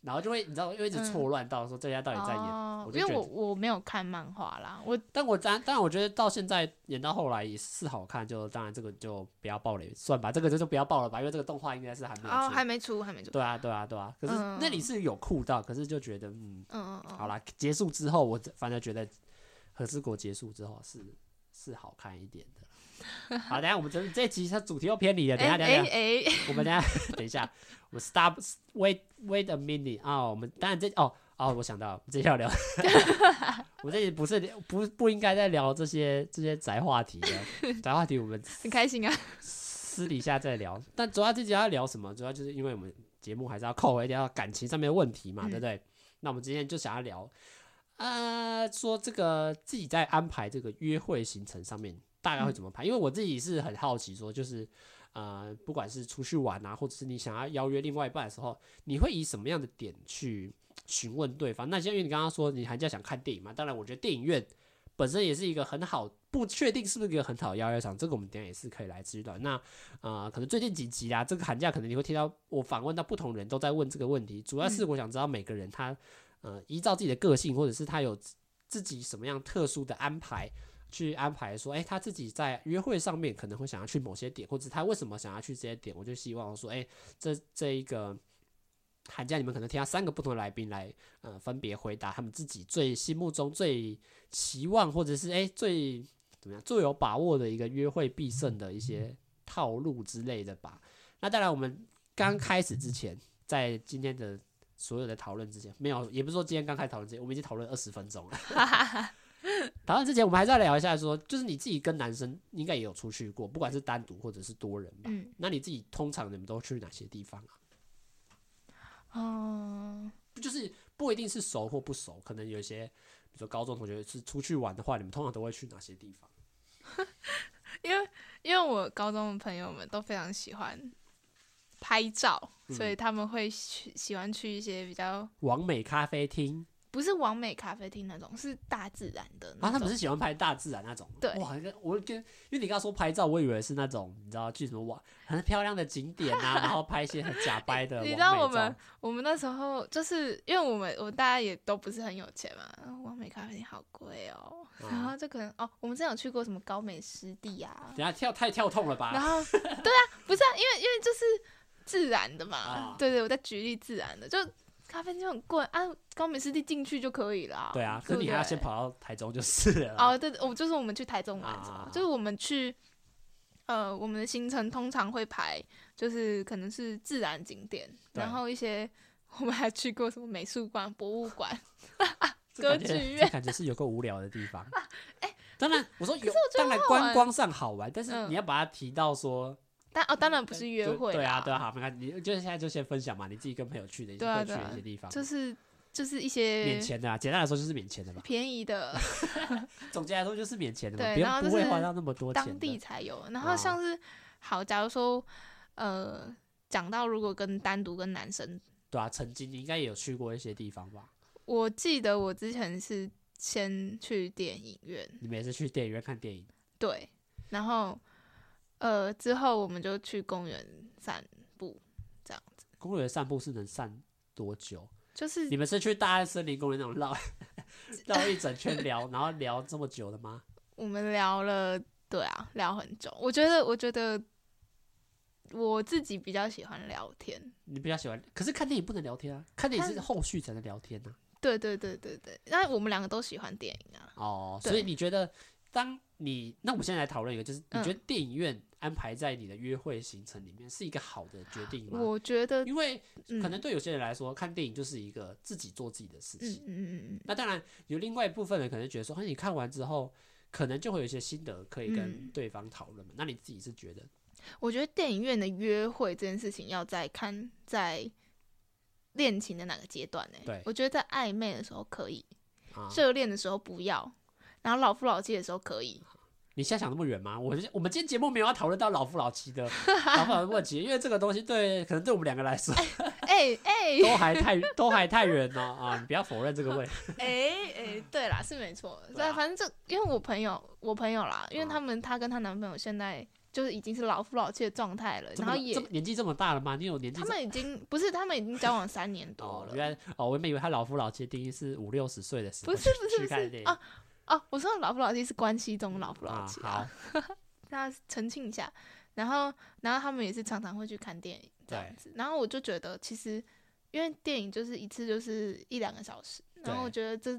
B: 然后就会你知道，又一直
A: 嗯
B: 错乱到说这家到底在演。
A: 哦
B: 我，就
A: 因为
B: 觉得
A: 我我没有看漫画啦，我
B: 但我当当然，我觉得到现在演到后来也是好看，就当然这个就不要爆雷，算吧，这个就就不要爆了吧，因为这个动画应该是还没有出。
A: 哦还没出还没出，
B: 对啊，对啊，对啊。可是
A: 嗯
B: 那里是有酷到，可是就觉得嗯，
A: 嗯嗯嗯，
B: 好啦，结束之后，我反正觉得《和之国》结束之后是是好看一点的。好，等一下我们这这一集它主题又偏离了，等一
A: 哎
B: 下等一下
A: 哎。哎， *laughs*
B: 我们等一下 *laughs* 等一下，我 stop wait wait a minute 啊、我们当然这哦哦，我想到了，我们这集要聊， *laughs* 我们这里不是聊不不应该再聊这些这些宅话题的，宅话题我们
A: 很开心啊，
B: 私底下再聊。但主要这集要聊什么？主要就是因为我们节目还是要扣回掉感情上面的问题嘛，
A: 嗯
B: 对不对？那我们今天就想要聊，呃，说这个自己在安排这个约会行程上面大概会怎么排？因为我自己是很好奇，说就是呃，不管是出去玩啊，或者是你想要邀约另外一半的时候，你会以什么样的点去询问对方？那像因为你刚刚说你寒假想看电影嘛，当然我觉得电影院本身也是一个很好，不确定是不是一个很好的邀约场，这个我们等一下也是可以来知道。那啊、呃可能最近几集啊，这个寒假可能你会听到我访问到不同人都在问这个问题，主要是我想知道每个人他呃依照自己的个性，或者是他有自自己什么样特殊的安排。去安排说，哎、他自己在约会上面可能会想要去某些点，或者他为什么想要去这些点，我就希望说，哎、这这一个寒假你们可能听到三个不同的来宾来，呃，分别回答他们自己最心目中最期望，或者是哎、最怎么样最有把握的一个约会必胜的一些套路之类的吧。那当然，我们刚开始之前，在今天的所有的讨论之前，没有，也不是说今天刚开始讨论之前，我们已经讨论二十分钟了。讨论之前，我们还是要聊一下说就是你自己跟男生应该也有出去过，不管是单独或者是多人吧。
A: 嗯
B: 那你自己通常你们都去哪些地方啊？
A: 哦，
B: 就是不一定是熟或不熟，可能有一些，比如说高中同学是出去玩的话，你们通常都会去哪些地方？
A: 因为因为我高中的朋友们都非常喜欢拍照，
B: 嗯
A: 所以他们会去喜欢去一些比较
B: 完美咖啡厅
A: 不是完美咖啡厅那种，是大自然的
B: 啊，
A: 那
B: 他们
A: 种。
B: 是喜欢拍大自然那种。
A: 对
B: 哇，那个我跟因为你刚刚说拍照，我以为是那种你知道去什么玩很漂亮的景点
A: *laughs*
B: 啊，然后拍一些很假掰的完美
A: 你
B: 照。
A: 知道我们我们那时候就是因为我们我大家也都不是很有钱嘛，啊完美咖啡厅好贵哦，
B: 嗯
A: 然后就可能哦，我们之前有去过什么高美湿地啊
B: 等，一下跳太跳痛了
A: 然
B: 吧？
A: 后对啊，不是啊，因为因为就是自然的嘛，
B: 啊
A: 对对，我在举例自然的，就咖啡厅很贵啊，高美湿地进去就可以了，
B: 对啊，可
A: 不
B: 你还要
A: 对
B: 先跑到台中就是了啦。
A: 哦，对，我就是我们去台中玩什么
B: 啊，
A: 就是我们去，呃，我们的行程通常会排，就是可能是自然景点，
B: 对
A: 然后一些我们还去过什么美术馆、博物馆，
B: 这感
A: 歌
B: 觉
A: 剧
B: 这
A: 院哎
B: 感觉是有个无聊的地
A: *laughs*
B: 方。当然我说有，当然观
A: 玩
B: 光上好玩，但是
A: 嗯
B: 你要把它提到说。
A: 但哦，当然不是约
B: 就
A: 会
B: 对啊，
A: 啦
B: 对啊，好，没关系，你就是现在就先分享嘛，你自己跟朋友去的，一些
A: 对啊
B: 会去
A: 对
B: 的
A: 啊
B: 一些地方，
A: 就是就是一
B: 免
A: 些
B: 钱的啊，简单来说就是免钱的吧。
A: 便宜的
B: 总结来说就是免钱的嘛，
A: 对
B: 不
A: 然
B: 用
A: 后
B: 不
A: 就
B: 会
A: 是
B: 花到那么多钱的。
A: 当地才有，然后
B: 啊
A: 像是好，假如说，呃，讲到如果跟单独跟男生，
B: 对啊，曾经你应该也有去过一些地方吧？
A: 我记得我之前是先去电影院。
B: 你每次去电影院看电影，
A: 对，然后呃之后我们就去公园散步，
B: 公园散步是能散多久？
A: 就是
B: 你们是去大安森林公园那种绕 *laughs* 绕一整圈聊，
A: *laughs*
B: 然后聊这么久的吗？
A: 我们聊了，对啊，聊很久。我觉得，我觉得我自己比较喜欢聊天。
B: 你比较喜欢，可是看电影不能聊天啊，看电影是
A: 看
B: 后续才能聊天啊。
A: 对对对对对，那我们两个都喜欢电影啊。
B: 哦，
A: 对
B: 所以你觉得，当你那我们现在来讨论一个，就是你
A: 嗯
B: 觉得电影院安排在你的约会行程里面是一个好的决定吗？
A: 我觉得，
B: 因为
A: 嗯
B: 可能对有些人来说，看电影就是一个自己做自己的事
A: 嗯
B: 情。
A: 嗯嗯嗯
B: 那当然，有另外一部分人可能觉得说，哎，你看完之后，可能就会有一些心得可以跟
A: 嗯
B: 对方讨论嘛。那你自己是觉得，
A: 嗯，我觉得电影院的约会这件事情要在看在恋情的哪个阶段呢、
B: 对
A: 我觉得在暧昧的时候可以，
B: 啊，
A: 热恋的时候不要，然后老夫老妻的时候可
B: *laughs*
A: 以。
B: 你现在想那么远吗？我我们今天节目没有要讨论到老夫老妻的老夫老妻的问题，因为这个东西对可能对我们两个来说
A: 哎哎、
B: 都还太都还太远了啊！你不要否认这个问题。
A: 哎、哎、对啦，是没错。
B: 对啊
A: 对，反正这因为我朋友，我朋友啦，因为他们她跟她男朋友现在就是已经是老夫老妻的状态了，
B: 这
A: 然
B: 么
A: 后
B: 老
A: 也
B: 这么年纪这么大了吗？你有年纪
A: 他
B: 这
A: 们已经不是他们已经交往三年多
B: 哦，
A: 了。
B: 原来哦，我原本以为他老夫老妻的定义是五六十岁的时候
A: 不是不
B: 去
A: 是不
B: 看电
A: 是
B: 影
A: 啊哦，我说的老夫老妻是关系中的老夫老
B: 啊，
A: 妻啊，
B: 好，
A: 那澄清一下。然后然后他们也是常常会去看电影这样
B: 对
A: 子，然后我就觉得其实因为电影就是一次就是一两个小时，然后我觉得这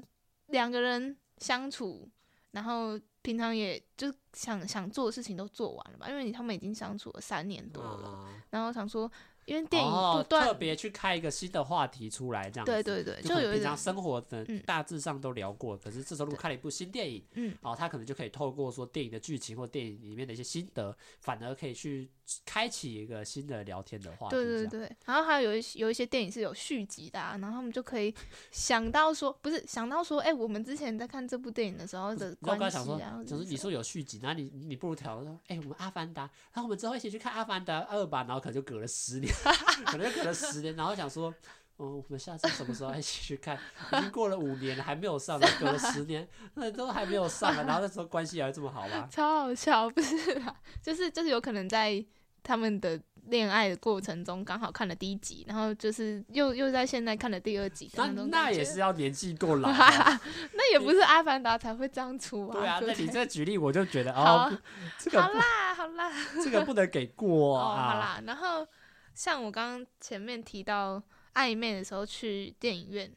A: 两个人相处，然后平常也就想想做的事情都做完了吧，因为他们已经相处了三年多了，
B: 啊
A: 然后想说因为电影不
B: 哦
A: 断，
B: 特别去开一个新的话题出来，这样子
A: 对对对，就
B: 就可能
A: 有一
B: 平
A: 种
B: 常生活的
A: 嗯
B: 大致上都聊过，可是这时候如果
A: 对
B: 看了一部新电影，
A: 嗯
B: 哦，他可能就可以透过说电影的剧情或电影里面的一些心得，反而可以去开启一个新的聊天的话题，
A: 对
B: 这
A: 对
B: 样
A: 对，然后还有一些有一些电影是有续集的、啊，然后他们就可
B: *laughs*
A: 以想到说，不是想到说，哎、我们之前在看这部电影的时候的
B: 然后
A: 关
B: 刚才
A: 系
B: 想说
A: 啊，或，者
B: 想说
A: 是
B: 你
A: 什
B: 说有续集，那你你不如挑说，哎、我们《阿凡达》，然后我们之后一起去看《阿凡达二》吧，然后可能就隔了十年， *laughs* 可能就隔了十年，然后想说，嗯，我们下次什么时候一起去看？已经过了五年了，还没有上，然后隔了十年，那都还没有上啊，然后那时候关系还这么好吗
A: 么？超好笑，不是啦，就是就是有可能在他们的恋爱的过程中刚好看了第一集，然后就是又又在现在看了第二集的
B: 那
A: 种
B: 那
A: 感
B: 也
A: 觉
B: 是要年纪够老啊，
A: 那也不是《阿凡达》才会这样出
B: *laughs* 对啊。那
A: 不 *laughs*
B: 你这举例我就觉得
A: 好
B: 哦 *laughs*
A: 啊，
B: 这个
A: 好
B: 不
A: 啦好啦，
B: 这个不能给过
A: 哦好
B: 啊。
A: 啦，然后像我刚刚前面提到暧昧的时候去电影院，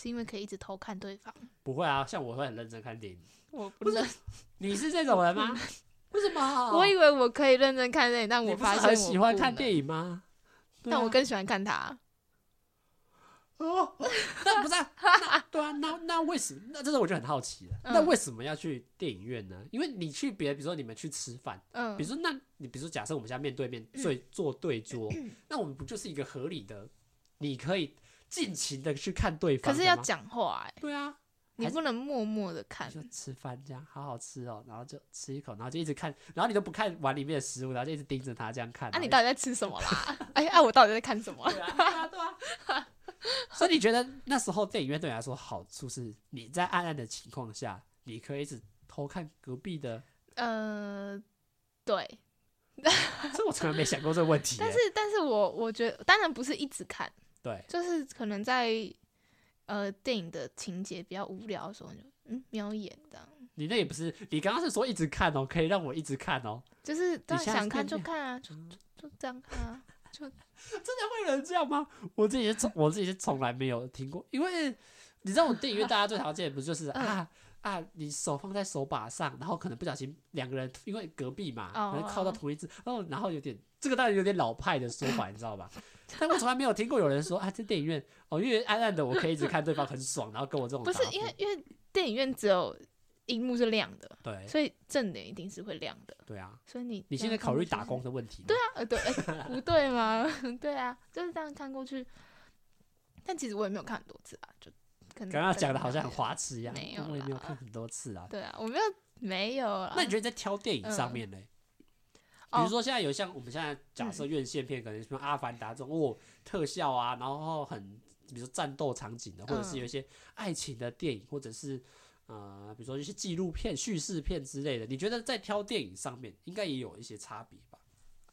A: 是因为可以一直偷看对方。
B: 不会啊，像我会很认真看电影，
A: 我不能，哦
B: 你是这种人吗？ *laughs* 为什么？
A: 嗯我以为我可以认真看电影，但
B: 你
A: 我
B: 不是
A: 发现我
B: 很喜欢看电
A: 影，
B: 影吗？对
A: 但我
B: 啊
A: 更喜欢看他。
B: 哦， *laughs* 那不是啊、那对啊，那那为什么？那这是我就很好奇了，那
A: 嗯
B: 为什么要去电影院呢？因为你去别，比如说你们去吃饭，
A: 嗯
B: 比如，说那你比如说假设我们现在面对面对坐对桌，
A: 嗯
B: 那我们不就是一个合理的，你可以尽情的去看对方
A: 可
B: 的吗，
A: 是要讲嗯话哎、
B: 对啊。
A: 你
B: 还是
A: 不能默默的看
B: 你。就吃饭这样，好好吃哦，然后就吃一口，然后就一直看，然后你都不看碗里面的食物，然后就一直盯着它这样看。
A: 啊，
B: 然后
A: 你
B: 一
A: 到底在吃什么
B: *laughs*
A: 啦？哎，啊，我到底在看什么？
B: 对啊，对啊，对啊。所以你觉得那时候电影院对你来说好处是，你在暗暗的情况下，你可以一直偷看隔壁的。
A: 呃，对，
B: 这我从来没想过这个问题耶、
A: 但是但是我我觉得，当然不是一直看。
B: 对，
A: 就是可能在呃电影的情节比较无聊的时候，你就嗯瞄一眼这样，
B: 你那也不是，你刚刚是说一直看哦，可以让我一直看哦。
A: 就是当然
B: 下次
A: 想看
B: 看
A: 就
B: 电嗯
A: 看啊，就就就这样看啊，
B: 会有人这样吗？我自己是从我自己是从来没有听过，因为你知道，我们电影院大家最常见的不就是
A: 嗯
B: 啊啊，你手放在手把上，然后可能不小心两个人因为隔壁嘛，
A: 哦
B: 可能靠到同一只，哦，然后有点这个当然有点老派的说法，你知道吧？ *laughs* 但我从来没有听过有人说啊，在电影院哦，因为暗暗的我可以一直看对方很爽，然后跟我这种
A: 不是
B: 搭配
A: 因为因为电影院只有荧幕是亮的，
B: 对
A: 所以正脸一定是会亮的，
B: 对啊，
A: 所以你
B: 哎你
A: 这
B: 现在
A: 样看
B: 考虑
A: 过去
B: 打
A: 是
B: 工的问题吗
A: 对啊，呃对，
B: *laughs*
A: 哎不对吗？ *laughs* 对啊，就是这样看过去，但其实我也没有看很多次啊，就可能
B: 刚刚
A: 再
B: 讲的好像
A: 瞄
B: 很
A: 一眼
B: 滑稽一样，
A: 没有
B: 我也没有
A: 啦
B: 看很多次啊。
A: 对啊，我没有没有啦，
B: 那你觉得在挑电影上
A: 嗯
B: 面嘞？比
A: 哦嗯
B: 如说现在有像我们现在假设院线片，可能什么《阿凡达》这种哦特效啊，然后很比如说战斗场景的，或者是
A: 嗯
B: 有一些爱情的电影，或者是呃比如说一些纪录片、叙事片之类的，你觉得在挑电影上面应该也有一些差别吧？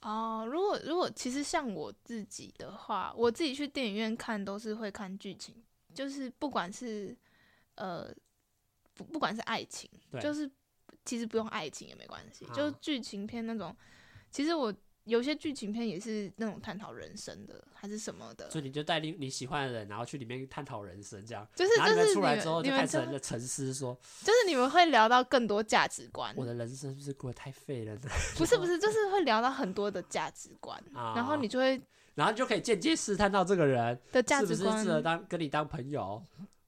A: 哦，如果如果其实像我自己的话，我自己去电影院看都是会看剧情，就是不管是呃不不管是爱情，
B: 对
A: 就是其实不用爱情也没关系，就是
B: 啊
A: 剧情片那种，其实我有些剧情片也是那种探讨人生的还是什么的，
B: 所以你就带另你喜欢的人，然后去里面探讨人生这样，
A: 就是
B: 然后
A: 就
B: 你们
A: 是
B: 出
A: 你
B: 来
A: 们
B: 之后
A: 你
B: 就
A: 们
B: 开始
A: 就
B: 了沉思说，
A: 就是你们会聊到更多价值观，
B: 我的人生是不是过得太废了呢？
A: 不是不是，就是会聊到很多的价值观，
B: 啊，
A: *laughs* 然后你就会
B: 然后你就可以间接试探到这个人
A: 的价
B: 是不
A: 值
B: 是
A: 观呃
B: 适合当跟你当朋友。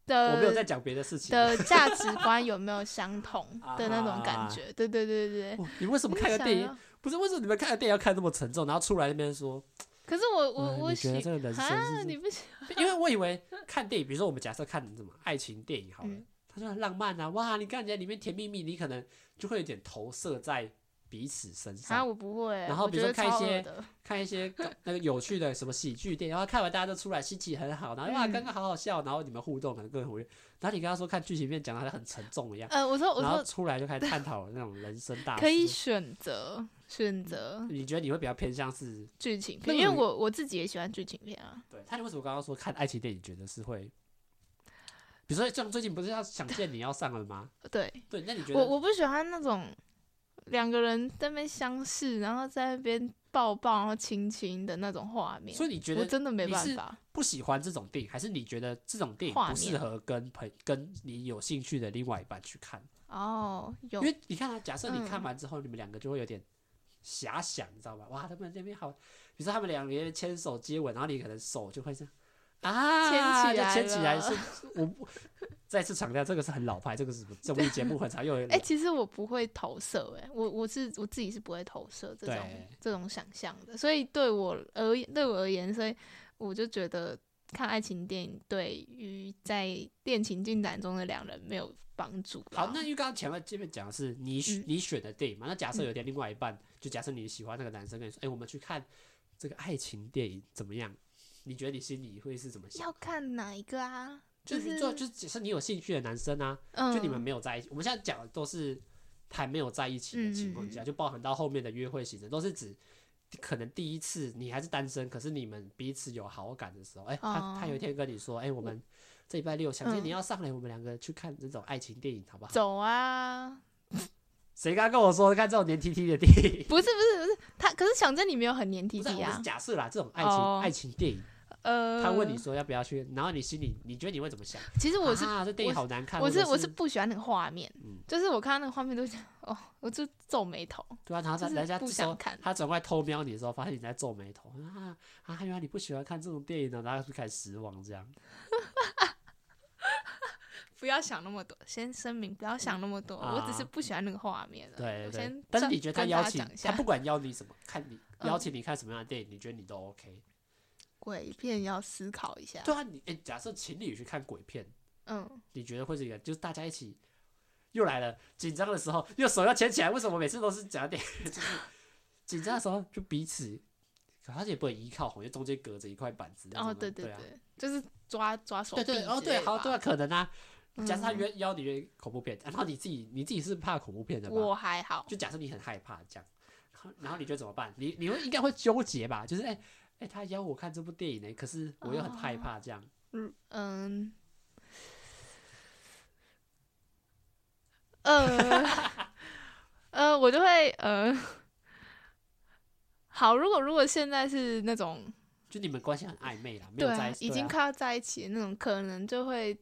A: 的
B: 我没有在讲别的事情。
A: 的价值观有没有相
B: *laughs*
A: 同
B: 啊
A: 的那种感觉？对对对对对。
B: 哇你为什么看个
A: 啊
B: 电影？不是为什么你们看个电影要看那么沉重，然后出来那边说，
A: 可是我我
B: 哎
A: 我
B: 你觉得
A: 喜
B: 这个人生是
A: 啊，
B: 不
A: 你
B: 是？
A: 不喜
B: 因为我以为看电影，比如说我们假设看什么爱情电影好了
A: 嗯，
B: 他说很浪漫啊，哇，你看人家里面甜蜜蜜，你可能就会有点投射在彼此身
A: 啊，
B: 上。
A: 我不会。
B: 然后
A: 我
B: 比如
A: 觉得
B: 说看一
A: 超
B: 些
A: 恶
B: *laughs*
A: 的，
B: 看一些那个有趣的什么喜剧电影，然后看完大家都出来心情很好，然后哇
A: 嗯
B: 刚刚好好笑，然后你们互动可能更活跃。然后你跟他说看剧情片讲的很沉重一样，
A: 呃，我说我
B: 然后
A: 说
B: 出来就开始探讨那种人生大事。
A: 可以选择选择
B: 你觉得你会比较偏向是
A: 剧情
B: 那
A: 片，
B: 个
A: 因为
B: 有
A: 我我自己也喜欢剧情片啊。
B: 对，他为什么刚刚说看爱情电影觉得是会？比如说，像最近不是要《想见你》要上了吗？
A: 对
B: 对，那你觉
A: 我
B: 得
A: 我不喜欢那种两个人在那边相视，然后在那边抱抱，然后亲亲的那种画面
B: 所。以你觉
A: 我
B: 得
A: 真的没
B: 你
A: 办
B: 是
A: 法，
B: 不喜欢这种电影，还是你觉得这种电影
A: 画
B: 不
A: 面
B: 适合跟朋跟你有兴趣的另外一半去看？
A: 哦，有
B: 因为你看啊，假设你看
A: 嗯
B: 完之后，你们两个就会有点遐想，你知道吧？哇，他们那边好，比如说他们两个人牵手接吻，然后你可能手就会这样，啊，
A: 牵起
B: 就
A: 来
B: 牵起来
A: 了
B: 是，我不再次强调，这个是很老派，这个是什么综艺节目很常用的
A: 哎、其实我不会投射、哎，我我是我自己是不会投射这种
B: 对
A: 这种想象的，所以对我而言，对我而言，所以我就觉得看爱情电影对于在恋情进展中的两人没有帮助啦。
B: 好，那因为刚刚前面这边讲的是你选、
A: 嗯
B: 你选的电影嘛，那假设
A: 嗯
B: 有点另外一半，就假设你喜欢那个男生跟你说，哎、我们去看这个爱情电影怎么样？你觉得你心里会是怎么
A: *laughs*
B: 想？
A: 要看哪一个啊？
B: 就是是做，就是假设你有兴趣的男生啊，
A: 嗯，
B: 就你们没有在一起，我们现在讲的都是还没有在一起的情况
A: 嗯
B: 下，
A: 嗯嗯
B: 就包含到后面的约会行程，都是指可能第一次你还是单身，可是你们彼此有好感的时候，哎、他他有一天跟你说，哎、我们这礼拜六想见你
A: 哦嗯
B: 要上来，我们两个去看这种爱情电影，好不好？
A: 走啊？
B: 谁刚跟我说看这种黏 T T 的电影？
A: 不是不是不是，他可是想着你没有很黏 T
B: 不是，
A: T
B: 我
A: 啊
B: 是，假设啦，这种爱情、
A: 哦
B: 爱情电影，
A: 呃，
B: 他问你，说要不要去，然后你心里你觉得你会怎么想？
A: 其实我是
B: 啊，这电影
A: 我
B: 好难看，
A: 我
B: 是
A: 是我是不喜欢那个画面，
B: 嗯
A: 就是我看到那个画面都想，哦，我就皱眉头。
B: 对啊，然后他
A: 就是
B: 人家
A: 不
B: 说
A: 想看
B: 他转过来偷瞄你的时候，发现你在皱眉头啊啊，原来你不喜欢看这种电影呢，然后就开始失望
A: 嗯
B: 这样
A: 不要想那么多，先声明不要想那么多，
B: 啊
A: 我只是不喜欢那个画面而已。
B: 对
A: 我
B: 对
A: 先
B: 对。但是你
A: 跟
B: 觉得
A: 跟
B: 邀
A: 大家
B: 请
A: 讲一
B: 他
A: 下
B: 不管邀你什么，看你
A: 嗯
B: 邀请你看什么样的电影，你觉得你都 OK？
A: 鬼片要思考一下。
B: 对啊，你诶假设情侣去看鬼片，
A: 嗯，
B: 你觉得会是一个就是大家一起又来了，紧张的时候又手要牵起来，为什么每次都是讲点 *laughs* 就是紧张的时候就彼此，可他也不能依靠，因为中间隔着一块板子。那
A: 哦，
B: 种
A: 对
B: 的
A: 对
B: 对啊
A: 就是抓抓手
B: 对
A: 臂之
B: 对
A: 类的吧。
B: 哦对，好对啊，可能啊。
A: 嗯
B: 假设他约邀你约恐怖片，然后你自己你自己是怕恐怖片的吧？
A: 我还好，
B: 就假设你很害怕这样，然后然后你觉得怎么办？你你会应该会纠结吧？就是哎哎、他邀我看这部电影呢、可是我又很害
A: 哦
B: 怕这样。 *laughs*
A: 嗯，呃，呃，我就会呃， *laughs* 好，如果如果现在是那种
B: 就你们关系很暧昧啦，没
A: 对
B: 有在
A: 啊
B: 一，起，
A: 已
B: 对
A: 经
B: 啊
A: 快要在一起的那种，可能就会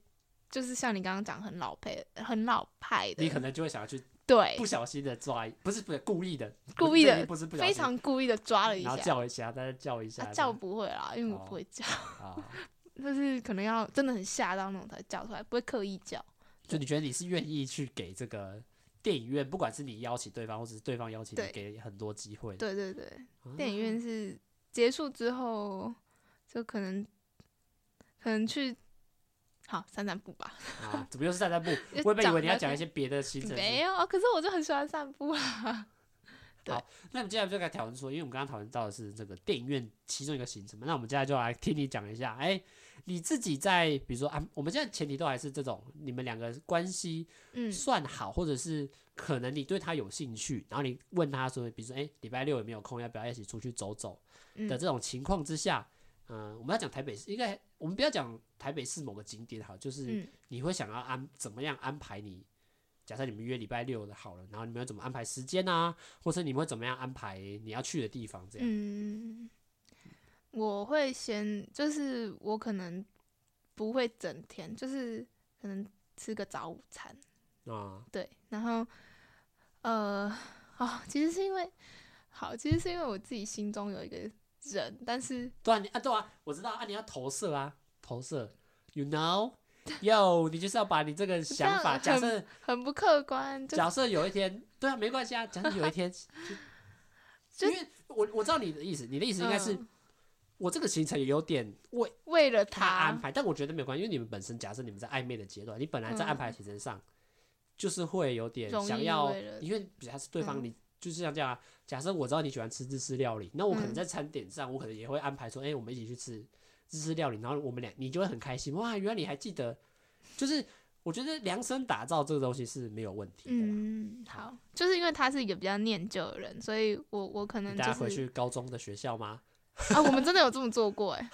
A: 就是像你刚刚讲，很老派，很老派的，
B: 你可能就会想要去
A: 对
B: 不小心的抓一，不是不是故意的，
A: 哎故意的
B: 这已经不是不小心
A: 非常故意的抓了一
B: 然后
A: 下。
B: 叫一下，但是叫一下
A: 他、
B: 这样，
A: 叫不会啦，因为我
B: 哦
A: 不会叫， *laughs*
B: 啊，
A: 就是可能要真的很吓到那种才叫出来，不会刻意叫。
B: 就你觉得你是愿意去给这个电影院，不管是你邀请对方，或者是对方邀请你，
A: 对
B: 给很多机会的。
A: 对对对，
B: 啊
A: 电影院是结束之后，就可能可能去好散散步吧。
B: 啊，怎么又是散散步？
A: *laughs* 又
B: 我本以
A: 讲
B: 为你要
A: 到
B: 讲一
A: 这
B: 些别的行程。
A: 没有，哦可是我就很喜欢散步啊。
B: 那我们接下来就来讨论说，因为我们刚刚讨论到的是这个电影院其中一个行程嘛，那我们接下来就来听你讲一下，哎、你自己在比如说啊，我们现在前提都还是这种，你们两个关系
A: 嗯，
B: 算好，或者是可能你对他有兴趣，然后你问他说，比如说哎，礼、拜六有没有空，要不要一起出去走走
A: 嗯
B: 的这种情况之下，嗯、我们要讲台北市，应该我们不要讲台北市某个景点好，就是。
A: 嗯
B: 你会想要安怎么样安排你？假设你们约礼拜六的好了，然后你们要怎么安排时间啊？或是你们会怎么样安排你要去的地方？这样、
A: 嗯，我会先，就是我可能不会整天，就是可能吃个早午餐，嗯
B: 啊，
A: 对，然后呃，哦，其实是因为，好，其实是因为我自己心中有一个人，但是
B: 对啊，你啊对啊，我知道啊，你要投射啊，投射，you know。哟，你就是要把你这个想法，
A: 这
B: 假
A: 样很
B: 设
A: 很不客观，就
B: 假设有一天，对啊，没关系啊，假设有一天， *laughs* 就
A: *laughs* 就
B: 因为我我知道你的意思，你的意思应该是、
A: 嗯
B: 我这个行程有点为
A: 为了
B: 他安
A: 他，
B: 排，但我觉得没有关系，因为你们本身假设你们在暧昧的阶段，你本来在安排行程上、就是会有点
A: 嗯容易
B: 想要
A: 为，了
B: 因为比较是对方
A: 嗯
B: 你、就是像这样啊。假设我知道你喜欢吃日式料理，那我可能
A: 嗯
B: 在餐点上，我可能也会安排说，哎、我们一起去吃日式料理，然后我们俩你就会很开心，哇，原来你还记得，就是我觉得量身打造这个东西是没有问题的啦。
A: 嗯，好，就是因为他是一个比较念旧的人，所以我我可能
B: 你
A: 嗯就
B: 大家回
A: 是
B: 去高中的学校吗？
A: *laughs* 啊，我们真的有这么做过哎。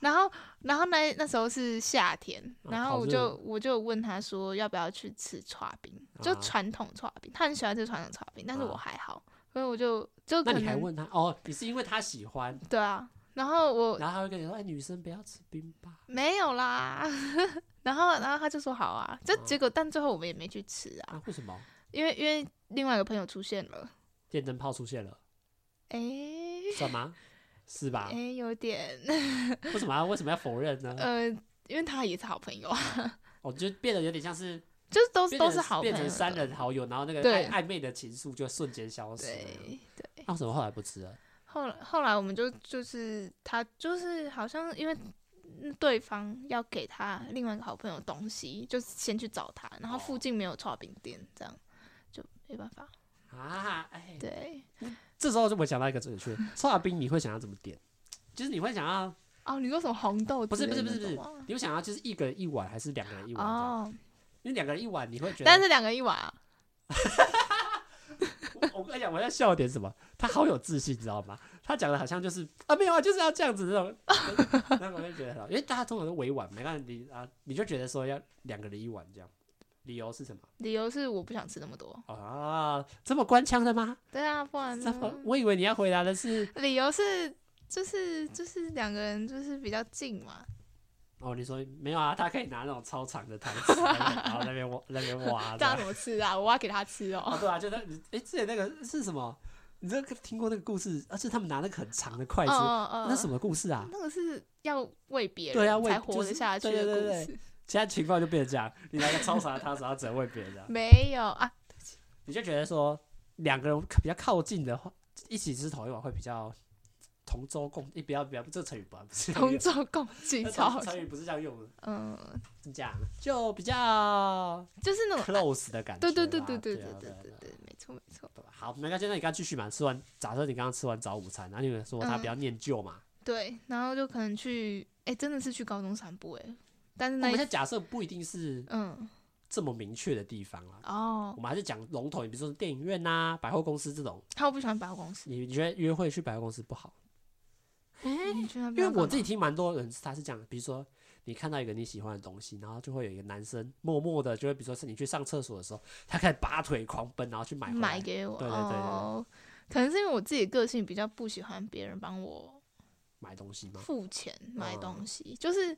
A: 然后，然后那那时候是夏天，
B: 啊
A: 然后
B: 好
A: 我
B: 热
A: 就我就问他说要不要去吃刨冰，就
B: 啊
A: 传统刨冰，他很喜欢吃传统刨冰，但是
B: 啊
A: 我还好，所以我就就
B: 那
A: 可
B: 你还
A: 能
B: 问他哦，你是因为他喜欢，
A: 对啊，然后我
B: 然后他会跟你说，哎，女生不要吃冰吧。
A: 没有啦， *laughs* 然后然后他就说好啊，就
B: 啊
A: 结果但最后我们也没去吃啊，
B: 啊，为什么？
A: 因为因为另外一个朋友出现了，
B: 电灯泡出现了，
A: 诶，
B: 算吗？ *laughs* 是吧
A: 哎、？有点，
B: 哦为什么要为什么要否认呢？
A: 呃，因为他也是好朋友啊，
B: 我觉得变得有点像是
A: 就是都是
B: 变
A: 都
B: 成
A: 是好朋
B: 变
A: 友
B: 成
A: 的，
B: 三人好友，然后那个
A: 对
B: 暧暧昧的情愫就瞬间消失了。
A: 对对。
B: 那为什么后来不吃了？
A: 后来后来我们就就是他就是好像因为嗯对方要给他另外一个好朋友东西，就是先去找他，然后
B: 哦
A: 附近没有炒饼店，这样就没办法。
B: 啊，哎，
A: 对，
B: 这时候就我想到一个准确，刨冰你会想要怎么点？就是你会想要，
A: 哦，你说什么红豆
B: 不
A: 之
B: 是
A: 类
B: 不
A: 的
B: 是
A: 那
B: 不是
A: 种吗？
B: 不是，你会想要就是一个人一碗还是两个人一碗这样？
A: 哦，
B: 因为两个人一碗你会觉得，
A: 但是两个一碗啊，
B: *laughs* 我我跟你讲，我在笑点什么？他好有自信，你知道吗？他讲的好像就是啊，没有啊，就是要这样子这种， *laughs* 那我就觉得很好，因为大家通常都委婉，没办法，你啊，你就觉得说要两个人一碗这样，理由是什么？
A: 理由是我不想吃那么多。
B: 啊，这么官腔的吗？
A: 对啊，不然
B: 这么
A: 呢，
B: 我以为你要回答的是
A: *laughs* 理由是就是就是两个人就是比较近嘛，
B: 哦，你说没有啊？他可以拿那种超长的汤匙，然后在那边挖，在那边挖
A: *laughs* 这样
B: 的。
A: 怎么吃啊？我挖给他吃哦。
B: *laughs* 哦，对啊，就那你哎，之前那个是什么？你这个听过那个故事？而、啊、且他们拿那个很长的筷子，
A: 嗯嗯
B: 那什
A: 么？
B: 么故事啊？
A: 那个是要为别
B: 对啊
A: 人
B: 为
A: 才活
B: 就
A: 得
B: 是
A: 下去
B: 对
A: 的
B: 对对
A: 故
B: 对
A: 事，
B: 现在情况就变成这样，你拿个超长的汤匙，然后整喂别人这样，
A: 没有啊，
B: 你就觉得说两个人比较靠近的话，一起吃同一碗会比较同舟共，你不要不要，这个成语不不是这样 *laughs*
A: 同
B: 用
A: 舟共济
B: 这
A: 超
B: 成 *laughs*
A: 好笑
B: 成语不是这样用的。
A: 嗯，
B: 怎么讲，就比较 *laughs* 啊
A: 就是那种
B: close 的感觉
A: 对
B: 啦。
A: 对对对对
B: 对
A: 对
B: 啊
A: 对
B: 啊
A: 对对，没错没错，
B: 对吧好，没关系，那你刚继续嘛。吃完，假设你刚刚吃完早午餐，然后你们说他比较念旧嘛。
A: 对，然后就可能去，哎，真的是去高中散步哎，但是
B: 我
A: 那
B: 们
A: 一
B: 现在假设不一定是
A: 嗯
B: 这么明确的地方啦，
A: 哦
B: 我，们还是讲笼统，比如说电影院呐、百货公司这种。
A: 他我不喜欢百货公
B: *laughs*
A: 司，
B: 你你觉得约会去百货公司不好？
A: 嗯你去那
B: 因
A: 边
B: 为
A: 要干
B: 我
A: 嘛
B: 自己听蛮多人他是讲，比如说你看到一个你喜欢的东西，然后就会有一个男生默默的，就会比如说是你去上厕所的时候，他开始拔腿狂奔，然后去买回
A: 买
B: 来
A: 给我，
B: 对对对对对
A: 哦，可能是因为我自己个性比较不喜欢别人帮我
B: 买东西吗？
A: 付钱买
B: 嗯
A: 东西，就是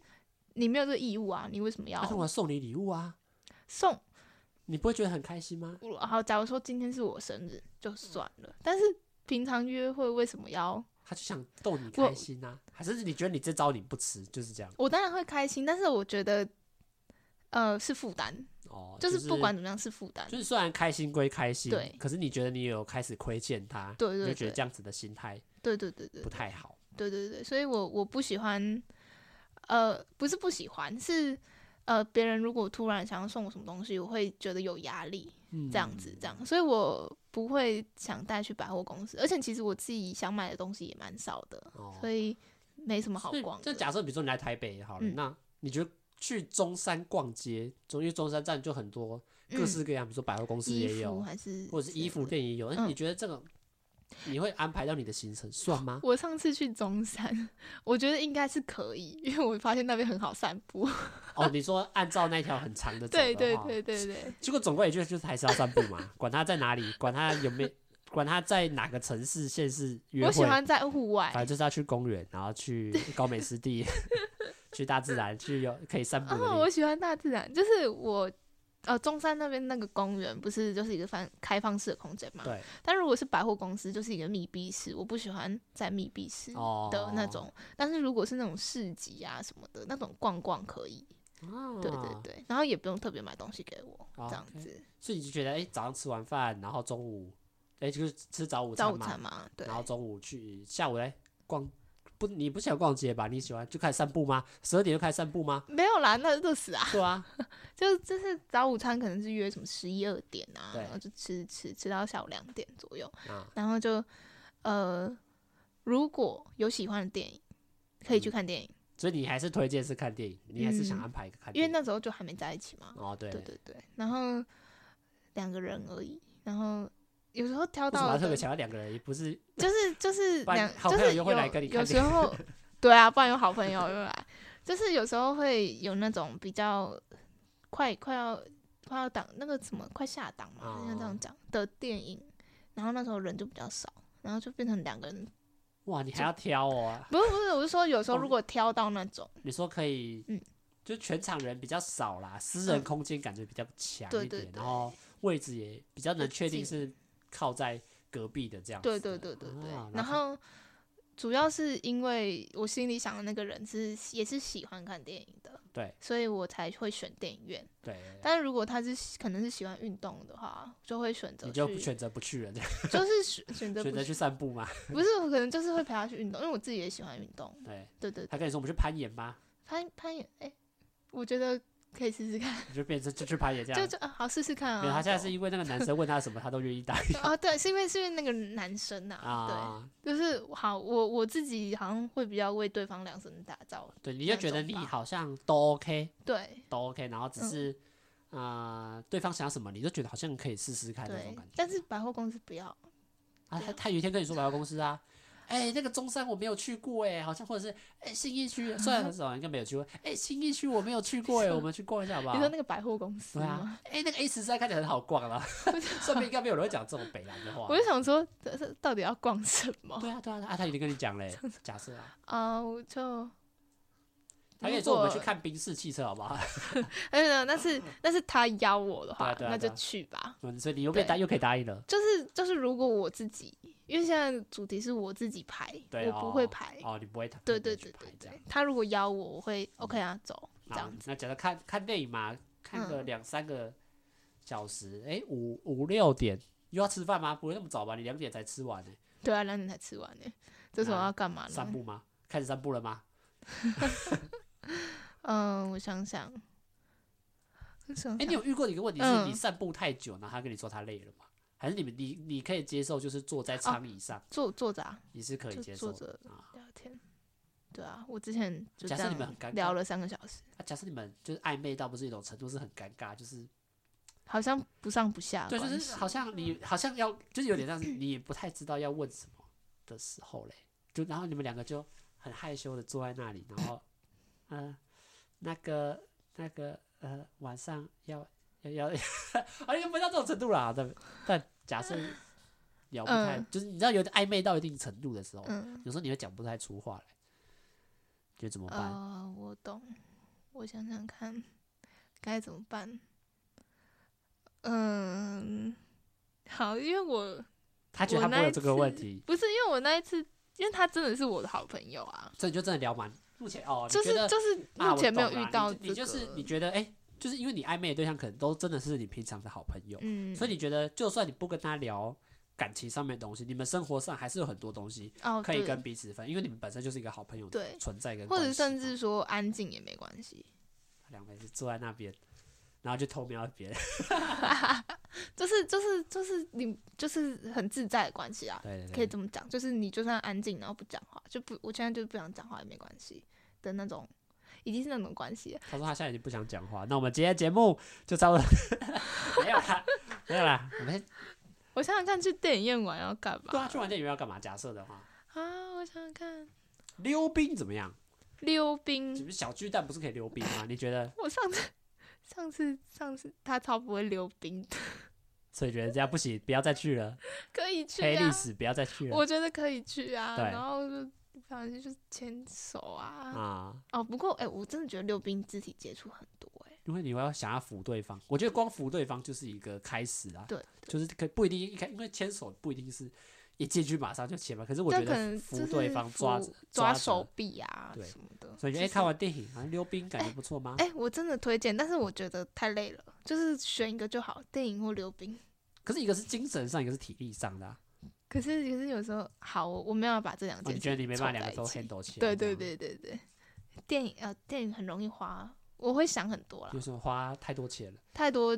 A: 你没有这个义务啊，你为什么要
B: 他通常送你礼物啊。
A: 送？
B: 你不会觉得很开心吗？
A: 我好，假如说今天是我生日
B: 嗯
A: 就算了，但是平常约会为什么要？
B: 他就想逗你开心啊，还是你觉得你这招你不吃就是这样？
A: 我当然会开心，但是我觉得，呃，是负担，
B: 哦，
A: 就是是不管，怎么样是负担
B: 就。是虽然开心归开心，
A: 对
B: 可是你觉得你有开始亏欠他，
A: 对对
B: 你就觉得
A: 对
B: 这样子的心态
A: 对对对对
B: 不太好。
A: 对对对，所以我我不喜欢，呃，不是不喜欢，是呃，别人如果突然想要送我什么东西，我会觉得有压力，
B: 嗯
A: 这样子这样，所以我不会想带去百货公司，而且其实我自己想买的东西也蛮少的，
B: 哦，
A: 所以没什么好
B: 所以
A: 逛
B: 就
A: 的。
B: 假设比如说你来台北好了，
A: 嗯
B: 那你觉得去中山逛街，中因为中山站就很多各
A: 嗯
B: 式各样，比如说百货公司也
A: 衣服
B: 有，
A: 还是
B: 或者是衣服
A: 之类的。
B: 店也有。那、哎
A: 嗯
B: 你觉得这个你会安排到你的行程算吗？ *laughs*
A: 我上次去中山，我觉得应该是可以，因为我发现那边很好散步。
B: 哦，你说按照那条很长的走的
A: 对对
B: 话
A: 对对对，
B: 结果总归也就就是还是要散步嘛，管他在哪里，管他有没，管他在哪个城市、县市约
A: 我
B: 会，
A: 喜
B: 反
A: 欢在户
B: 正
A: 外。
B: 就是要去公园，然后去高美湿地， *laughs* 去大自然，去有可以散步的地
A: 哦，
B: 方。
A: 我喜欢大自然，就是我。呃，中山那边那个公园不是就是一个放开放式的空间嘛？
B: 对，
A: 但如果是百货公司，就是一个密闭式，我不喜欢在密闭式
B: 哦
A: 的那种。但是如果是那种市集啊什么的，那种逛逛可以。
B: 啊
A: 对对对，然后也不用特别买东西给我，
B: 哦
A: 这样
B: OK
A: 子
B: 所以你就觉得，哎、早上吃完饭，然后中午，哎、就是吃早午
A: 早
B: 餐
A: 午
B: 嘛，
A: 餐嘛，对
B: 然。后中午去，下午嘞逛。不，你不喜欢逛街吧？你喜欢就开始散步吗？十二点就开始散步
A: *laughs*
B: 吗？
A: 没有啦，那热死啊！
B: 对啊，
A: 就就是早午餐可能是约什么十一二点啊，
B: 对
A: 然后就吃吃吃到下午两点左右，
B: 啊，
A: 然后就呃，如果有喜欢的电影，可以去
B: 嗯
A: 看电影，
B: 所以你还是推荐是看电影，你还是想
A: 嗯
B: 安排一个看
A: 因为
B: 电影。
A: 那时候就还没在一起嘛，
B: 哦，对，
A: 对对对，然后两个人而已，然后有时候挑
B: 为什么
A: 到
B: 要特
A: 的
B: 别强调两个人？也不是
A: 就是就是
B: 不然
A: 两
B: 好
A: 就
B: 朋友
A: 是
B: 又会来跟你
A: 有
B: 看
A: 有时
B: 电影 *laughs*
A: 候对啊，不然有好朋友又来，就是有时候会有那种比较快快要快要档那个什么快下档嘛，像这
B: 哦
A: 样讲的电影，然后那时候人就比较少，然后就变成两个人，
B: 哇，你还要挑哦、啊？
A: 不是不是，我是说有时候
B: 哦
A: 如果挑到那种，
B: 你说可以，
A: 嗯
B: 就全场人比较少啦，私人
A: 嗯
B: 空间感觉比较强
A: 对
B: 一
A: 对
B: 点，
A: 对
B: 然后位置也比较能确
A: 近
B: 定是靠在隔壁的这样子
A: 对
B: 的。
A: 对对对对
B: 哦啊，
A: 然后主要是因为我心里想的那个人是也是喜欢看电影的，
B: 对，
A: 所以我才会选电影院。
B: 对，
A: 但如果他是喜可能是喜欢运动的话，就会选择
B: 你
A: 去，
B: 就不选择不去了，这样
A: 就是
B: *laughs*
A: 选选择
B: 选
A: 不
B: 择去散步嘛？
A: 不是，我可能就是会陪他去运动，因为我自己也喜欢运动。
B: 对，
A: 对对对，
B: 他跟你说我们去攀岩吧，
A: 攀攀岩，哎、我觉得可以试试看，
B: 你就变成就去攀岩这
A: 就
B: 样。
A: 就、啊、好试试看
B: 没
A: 啊。
B: 有，他现在
A: 走
B: 是因为那个男生问他什么，他都愿意答应
A: 啊，对，是因为是因为那个男生呐、
B: 啊。
A: 对，就是好，我我自己好像会比较为对方量身打造，
B: 对，你就
A: 那
B: 觉得
A: 种
B: 你
A: 吧
B: 好像都 OK，
A: 对
B: 都 OK，然后只
A: 嗯
B: 是啊、呃对方想要什么，你就觉得好像可以试试看那种
A: 对
B: 感觉。，
A: 但是百货公司不要，
B: 啊，他他有一天跟你说百货公司啊，哎、那个中山我没有去过哎、好像或者是哎、信义区，虽然很少人应该没有去过，哎、新信义区我没有去过哎、我们去逛一下吧
A: 你。说那个百货公司
B: 对
A: 吗？
B: 啊，哎、那个 A 十三看起来很好逛啊啦， *laughs* 上面应该没有人会讲这种北南的话。
A: 我就想说，这这到底要逛什么？ *laughs*
B: 对啊对啊，啊他已经跟你讲嘞、假设啊，
A: 啊，我就。
B: 他跟你
A: 如
B: 说我们去
A: 果
B: 看宾士汽车好不好？ *laughs*
A: 哎没有，但是但是他邀我的话，
B: 对啊对啊
A: 那就
B: 对啊
A: 去吧。
B: 嗯所以你又被答又可以答应了。
A: 就是就是，如果我自己，因为现在主题是我自己排，
B: 对
A: 我不会排。
B: 哦，你不会打，
A: 哎对
B: 不
A: 对
B: 会去
A: 对
B: 排
A: 对
B: 这样嗯
A: 对，他如果邀我，我会 OK 啊，走这
B: 好
A: 样子。，嗯
B: 那假如看看电影嘛，看个两三个小时，哎、五五六点又要吃饭吗？不会那么早吧？你两点才吃完呢、
A: 对啊，两点才吃完呢，这时候
B: 那
A: 要干嘛
B: 散
A: 呢？
B: 步吗？开始散步了
A: *laughs*
B: 吗？
A: 嗯，我想想，我想
B: 哎、
A: 想
B: 你有遇过一个问题是，你
A: 嗯
B: 散步太久，然后他跟你说他累了吗？还是你们你你可以接受，就是坐在长椅上、
A: 坐坐着啊，
B: 你是可以
A: 哦就
B: 接受
A: 坐
B: 的
A: 着
B: 啊。
A: 聊天。对啊，我之前就
B: 假
A: 这
B: 设你们很
A: 样
B: 尴尬
A: 聊了三个小时，
B: 啊假设你们就是暧昧到不是一种程度，是很尴尬，就是
A: 好像不上不下的
B: 对，
A: 关系。
B: 就是好像你好像要，就是有点像是你也不太知道要问什么的时候嘞，就然后你们两个就很害羞的坐在那里，然后，嗯、那个那个呃，晚上要要 *laughs* 要，啊，又没到这种程度啦，但但假设聊不太，
A: 嗯
B: 就是你知道有点暧昧到一定程度的时候，
A: 嗯，
B: 有时候你会讲不太出话来，就怎么办？
A: 呃，我懂，我想想看该怎么办。嗯，好，因为我
B: 他觉得他
A: 我
B: 不
A: 那
B: 会有
A: 一
B: 这个问
A: 次
B: 题，
A: 不是因为我那一次，因为他真的是我的好朋友啊，
B: 所以就真的聊蛮目前哦，你
A: 就
B: 觉
A: 是
B: 得
A: 就是
B: 啊，
A: 目前没有
B: 我懂
A: 遇
B: 啦
A: 到
B: 你就，你
A: 这
B: 就是
A: 个
B: 你觉得哎、诶就是因为你暧昧的对象可能都真的是你平常的好朋友，
A: 嗯，
B: 所以你觉得就算你不跟他聊感情上面的东西，你们生活上还是有很多东西
A: 哦
B: 可以
A: 对
B: 跟彼此分，因为你们本身就是一个好朋友的
A: 对，
B: 存在跟
A: 或
B: 关
A: 者
B: 系
A: 甚
B: 嘛
A: 至说安静也没关系，
B: 两个人就坐在那边，然后就偷瞄别人， *laughs*
A: 就是就是就是你就是很自在的关系啊，
B: 对对
A: 可以
B: 对，
A: 这么讲，就是你就算安静然后不讲话，就不我现在就是不想讲话也没关系的那种，已经是那种关系了。
B: 他说他现在已经不想讲话，那我们今天节目就差不多 *laughs* 没有啦，没有啦，我们先
A: 我想想看，去电影院玩要干
B: 对啊，
A: 嘛
B: 去完电影院要干嘛？假设的话，
A: 啊？我想想看，
B: 溜冰怎么样？
A: 溜冰
B: 你。们小巨蛋不是可以溜冰吗？你觉得？
A: 我上次 *laughs* 上次上次他超不会溜冰的， *laughs*
B: 所以觉得这样不行，不要再去了。
A: 可以去
B: 黑历
A: 啊，
B: 史，不要再去了
A: 我觉得可以去啊。
B: 对
A: 然后就不小心就是牵手啊。
B: 啊！
A: 哦，不过哎、我真的觉得溜冰肢体接触很多哎、
B: 因为你要想要扶对方，我觉得光扶对方就是一个开始啊。
A: 对，
B: 就是可不一定一开，因为牵手不一定是一进去马上就牵嘛。可是我觉
A: 但可
B: 得
A: 能
B: 扶
A: 就
B: 对
A: 是
B: 方
A: 扶
B: 抓着
A: 抓
B: 着
A: 手，臂啊
B: 对
A: 什么的。
B: 所以觉
A: 就
B: 得哎，
A: 是
B: 看完电影好像溜冰感觉不错吗？
A: 哎、我真的推荐，但是我觉得太累了，就是选一个就好，电影或溜冰。
B: 可是一个是精神上，一个是体力上的啊。
A: 可是可是有时候好，我我没有把这两
B: 哦
A: 件
B: 你
A: 事
B: 觉得你没
A: 凑
B: 办法两
A: 在
B: 个
A: 一
B: 都
A: 起
B: handle 起来？
A: 对对。对对对，电影呃电影很容易花，我会想很多啦
B: 有，时候花太多钱了，
A: 太多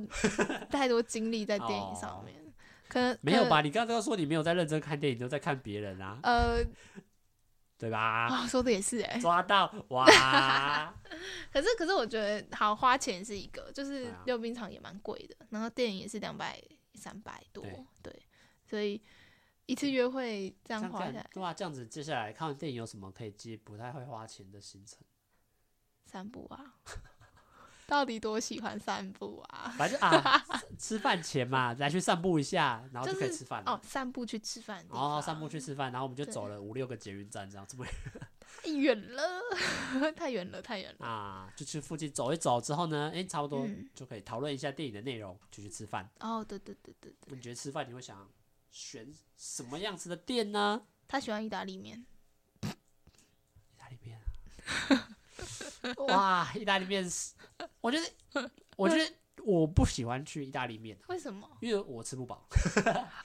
A: 太多精力在电影
B: 哦
A: 上面，可能
B: 没有？吧？你刚刚都说你没有在认真看电影，都在看别人啊，
A: 呃，
B: 对吧？
A: 啊、说的也是哎、
B: *laughs* 抓到啊
A: *laughs*
B: 哇！
A: 可是可是我觉得好花钱是一个，就
B: 对
A: 是
B: 啊
A: 溜冰场也蛮贵的，然后电影也是两百三百多，
B: 对
A: 对，所以一次约会这样
B: 像
A: 花
B: 这
A: 下
B: 样
A: 来
B: 对啊，这样子接下来看完电影有什么可以接不太会花钱的行程？ *laughs*
A: 散步啊，到底多喜欢散步啊？
B: 反正啊，吃饭前
A: *laughs*
B: 嘛，来去散步一下，然后就可以
A: 就是
B: 吃饭了。
A: 哦，散步去吃饭的地
B: 然后
A: 方，
B: 哦散步去吃饭，然后我们就
A: 对
B: 走了五六个捷运站，这样子不
A: 太远了， *laughs* 太远了，太远了，
B: 啊，就去附近走一走之后呢，哎，差不多
A: 嗯
B: 就可以讨论一下电影的内容，就去吃饭。
A: 哦，对对对对对，
B: 你觉得吃饭你会想选什么样子的店呢？
A: 他喜欢意大利面。
B: 啊
A: *laughs*
B: 哇，意大利面是，我觉得，我觉得我不喜欢去意大利面，
A: 为什么？
B: 因为我吃不饱。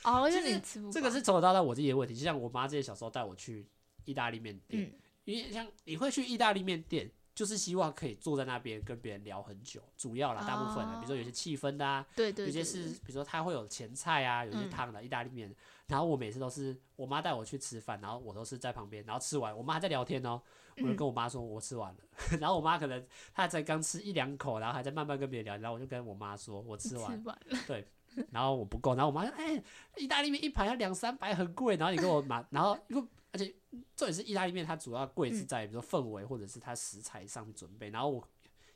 A: 哦，因
B: 其
A: 为
B: 实
A: 你吃不
B: 这个
A: 饱
B: 是从小到大我自己的问题，就像我妈之前小时候带我去意大利面店，
A: 嗯
B: 因为像你会去意大利面店，就是希望可以坐在那边跟别人聊很久，主要啦，大部分
A: 哦
B: 啦，比如说有些气氛的啊，
A: 对对
B: 有
A: 对，
B: 些是比如说它会有前菜啊，有些
A: 嗯
B: 汤的意大利面，然后我每次都是我妈带我去吃饭，然后我都是在旁边，然后吃完我妈还在聊天哦，我就
A: 嗯
B: 跟我妈说我吃完了， *laughs* 然后我妈可能她才刚吃一两口，然后还在慢慢跟别人聊，然后我就跟我妈说我吃
A: 吃 *laughs*
B: 完了。
A: 完
B: 然后我不够，然后我妈说：“哎、意大利面一盘要两三百，很贵。”然后你给我买，然后又而且重点是意大利面，它主要贵
A: 嗯
B: 是在比如说氛围或者是它食材上面准备。然后我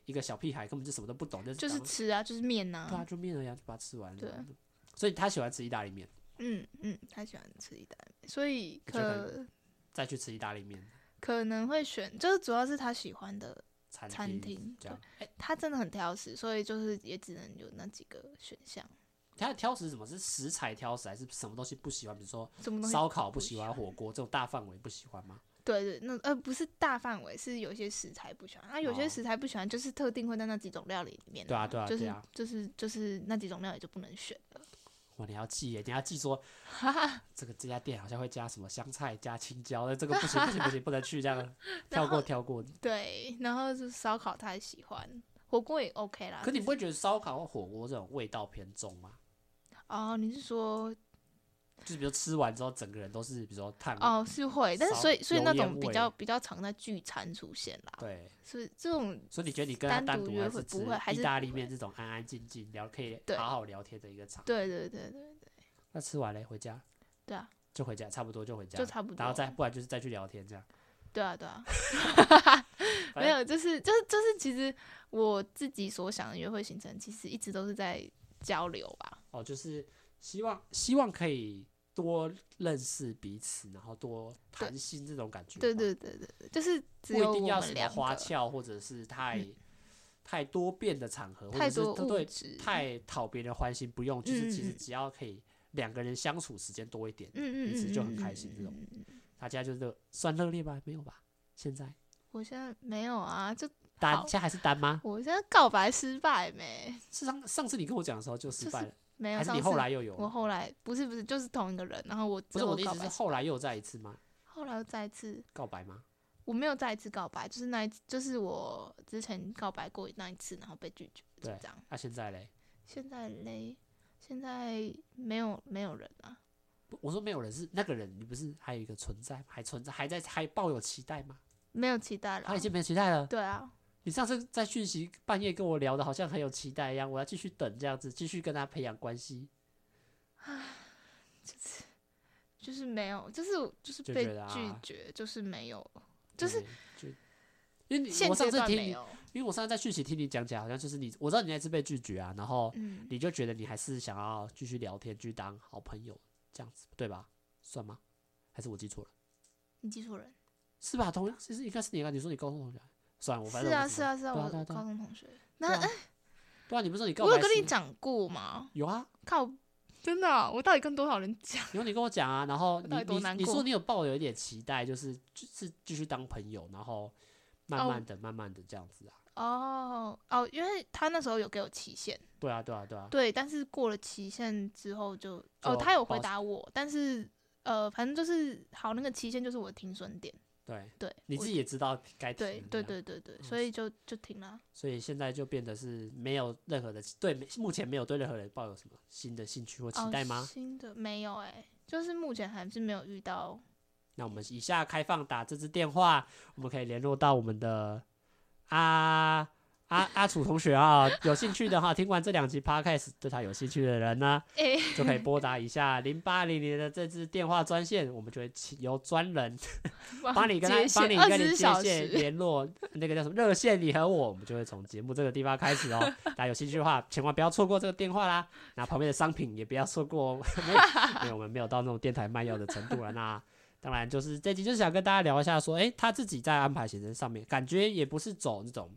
B: 一个小屁孩根本就什么都不懂，就是
A: 就是
B: 赶快
A: 吃啊，就是面呐、
B: 对啊，就面而已啊，就把它吃完
A: 对
B: 了。所以他喜欢吃意大利面，
A: 嗯嗯，他喜欢吃意大利面，所以
B: 我觉得
A: 可
B: 再去吃意大利面
A: 可能会选，就是主要是他喜欢的，
B: 餐
A: 餐
B: 厅
A: 厅
B: 这样。哎、
A: 他真的很挑食，所以就是也只能有那几个选项，
B: 他的挑食是什么？是食材挑食，还是什么东西不喜欢？比如说
A: 什么东西？
B: 烧烤不喜
A: 喜
B: 欢，火锅这种大范围不喜欢吗？
A: 对对，那呃不是大范围，是有些食材不喜欢，啊那有些
B: 哦
A: 食材不喜欢，就是特定会在那几种料理里面、
B: 对啊对啊
A: 就
B: 对
A: 是
B: 啊
A: 就是就是那几种料理就不能选了。
B: 哇，你要记耶，你要记
A: *laughs*
B: 说，这个这家店好像会加什么香菜、加青椒，那这个不行不行不行，不能去
A: *laughs*
B: 这样，跳过跳过。
A: 对，然后是烧烤他也喜欢，火锅也 OK 啦。
B: 可你不会觉得烧烤或火锅这种味道偏重吗？
A: 哦，你是说
B: 就是比如吃完之后，整个人都是比如说碳味，
A: 哦是会，但是
B: 烧
A: 所以所以
B: 油
A: 那
B: 烟
A: 种比
B: 味
A: 较比较常在聚餐出现啦，
B: 对，
A: 是这种
B: 所以你觉得你跟他
A: 单
B: 单
A: 独
B: 独
A: 约
B: 还
A: 会
B: 是
A: 不
B: 吃
A: 会还
B: 意
A: 是
B: 大
A: 不
B: 利面
A: 会
B: 这种安安静静聊，可以
A: 对
B: 好好聊天的一个场。
A: 对对对对
B: 那吃完嘞，回家
A: 对啊，
B: 就回家，差不多就回家
A: 就，差不多。
B: 然后再不然就是再去聊天这样。
A: 对啊对啊，
B: 反 *laughs*
A: 没
B: 正
A: 有，就是就是就是，其实我自己所想的约会行程，其实一直都是在交流吧。
B: 哦，就是希望希望可以多认识彼此，然后多谈心这种感觉吧。哦
A: 对对对对对，就是只
B: 不
A: 有
B: 一
A: 我
B: 定要
A: 们
B: 什么
A: 两
B: 花
A: 个，
B: 俏，或者是太、
A: *laughs*
B: 太多变的场合，或
A: 太
B: 者是
A: 多
B: 他
A: 物
B: 对
A: 质，
B: 太讨别人欢心，不用，就是其
A: 嗯
B: 实
A: 嗯嗯
B: 只要可以两个人相处时间多一点，
A: 嗯嗯
B: 彼此
A: 嗯，
B: 就很开
A: 嗯
B: 心
A: 嗯
B: 这种
A: 嗯嗯嗯
B: 大家就是算热烈吧？没有吧？现在
A: 我现在没有啊，就
B: 单
A: 好
B: 现在还是单吗？
A: 我现在告白失败没？
B: 是上上次你跟我讲的时候就失
A: 就是
B: 败了，
A: 没有，
B: 还是
A: 上
B: 你
A: 次
B: 后来又有
A: 我
B: 了？
A: 后来不是不是就是同一个人，然后我之
B: 不是
A: 后
B: 我的意
A: 告
B: 思是
A: 白，
B: 后来又再一次吗？
A: 后来又再一次，
B: 告白吗？
A: 我没有再一次告白，就是那一次，就是我之前告白过那一次，然后被拒绝，就
B: 对
A: 这样。
B: 那、啊现在嘞？
A: 现在嘞，现在没有没有人啊，
B: 不我说没有人是那个人，你不是还有一个存在吗，还存在，还在，还抱有期待吗？
A: 没有期待了
B: 他
A: 啊。
B: 已经没有期待了。
A: 对啊，
B: 你上次在讯息半夜跟我聊的，好像很有期待一样，我要继续等这样子，继续跟他培养关系，
A: 就是没有，就是就是
B: 就
A: 被
B: 觉得啊
A: 拒绝，就是没有，就是
B: 对就因为你
A: 现
B: 我上
A: 阶
B: 次
A: 段
B: 听
A: 没
B: 你，
A: 有。
B: 因为我上次在讯息听你讲起来，好像就是你，我知道你那次被拒绝啊，然后
A: 嗯，
B: 你就觉得你还是想要继续聊天，继续当好朋友这样子，对吧？算吗？还是我记错了？
A: 你记错人。
B: 是吧？同样其实应该是你啊，你说你高中同学，算了，我反
A: 是
B: 正我
A: 啊
B: 不知
A: 是
B: 道
A: 啊是啊，
B: 对啊
A: 我
B: 对啊对啊
A: 高中同学。
B: 对
A: 那哎
B: 啊对啊，你不是说你告
A: 我
B: 白
A: 有跟你
B: 是
A: 讲过吗？
B: 有啊，
A: 靠，真的啊，我到底跟多少人讲？ *laughs*
B: 有你跟我讲啊，然后
A: 我
B: 你
A: *laughs* 到底多难
B: 你你
A: 过
B: 说你有抱有一点期待，就是就是继续当朋友，然后慢
A: 哦
B: 慢的、慢慢的这样子啊。
A: 哦哦，因为他那时候有给我期限，
B: 对啊，对啊，对啊。
A: 对，但是过了期限之后就哦，
B: 就
A: 他有回
B: 报
A: 答我，但是呃，反正就是好，那个期限就是我的停损点，
B: 对，
A: 对，
B: 你
A: 我
B: 自己嗯也知道该停
A: 对
B: 了
A: 对
B: 这样，
A: 对对对，所以就就停了啊。
B: 所以现在就变得是没有任何的期对，目前没有对任何人抱有什么新的兴趣或期待
A: 哦、
B: 吗？
A: 新的没有哎、就是目前还是没有遇到。
B: 那我们以下开放打这支电话，我们可以联络到我们的阿阿阿楚同学啊、有兴趣的话，听完这两集 podcast 对他有兴趣的人呢，
A: 哎、
B: 就可以拨打一下零八零零的这支电话专线，我们就会请由专人帮你跟他
A: 哦接线
B: 帮你
A: 二
B: 跟
A: 十
B: 你
A: 四
B: 接
A: 小
B: 线
A: 时， *laughs*
B: 联络，那个叫什么热线你和我，我们就会从节目这个地方开始哦。大家有兴趣的话，千万不要错过这个电话啦。那旁边的商品也不要错过哦， *laughs* 没有
A: *laughs*
B: 没有我们没有到那种电台卖药的程度了。那当然就是这集就是想跟大家聊一下说，诶，他自己在安排行程上面，感觉也不是走那种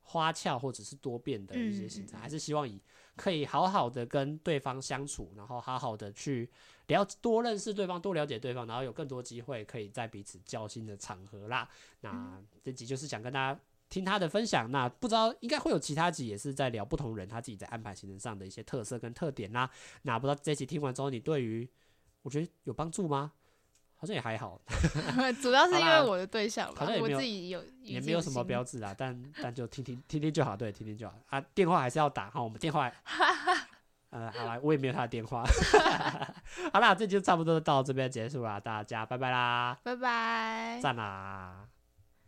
B: 花俏或者是多变的一些行
A: 嗯
B: 程，
A: 嗯嗯
B: 还是希望以可以好好的跟对方相处，然后好好的去了多认识对方，多了解对方，然后有更多机会可以在彼此交心的场合啦。那
A: 嗯
B: 这集就是想跟大家。听他的分享，那不知道应该会有其他集也是在聊不同人他自己在安排行程上的一些特色跟特点啦。那不知道这集听完之后，你对于我觉得有帮助吗？好像也还好，
A: 主要是因
B: 好啦
A: 为我的对象吧
B: 好像，也
A: 我
B: 没有
A: 自己有
B: 也没有什么标，志啦，但但就听听听听就好，对，听听就好啊。电话还是要打哈，我们电话，呃，好啦，我也没有他的电话。 *laughs* 好啦，这就差不多到这边结束啦，大家拜拜啦，
A: 拜拜。
B: 赞啦。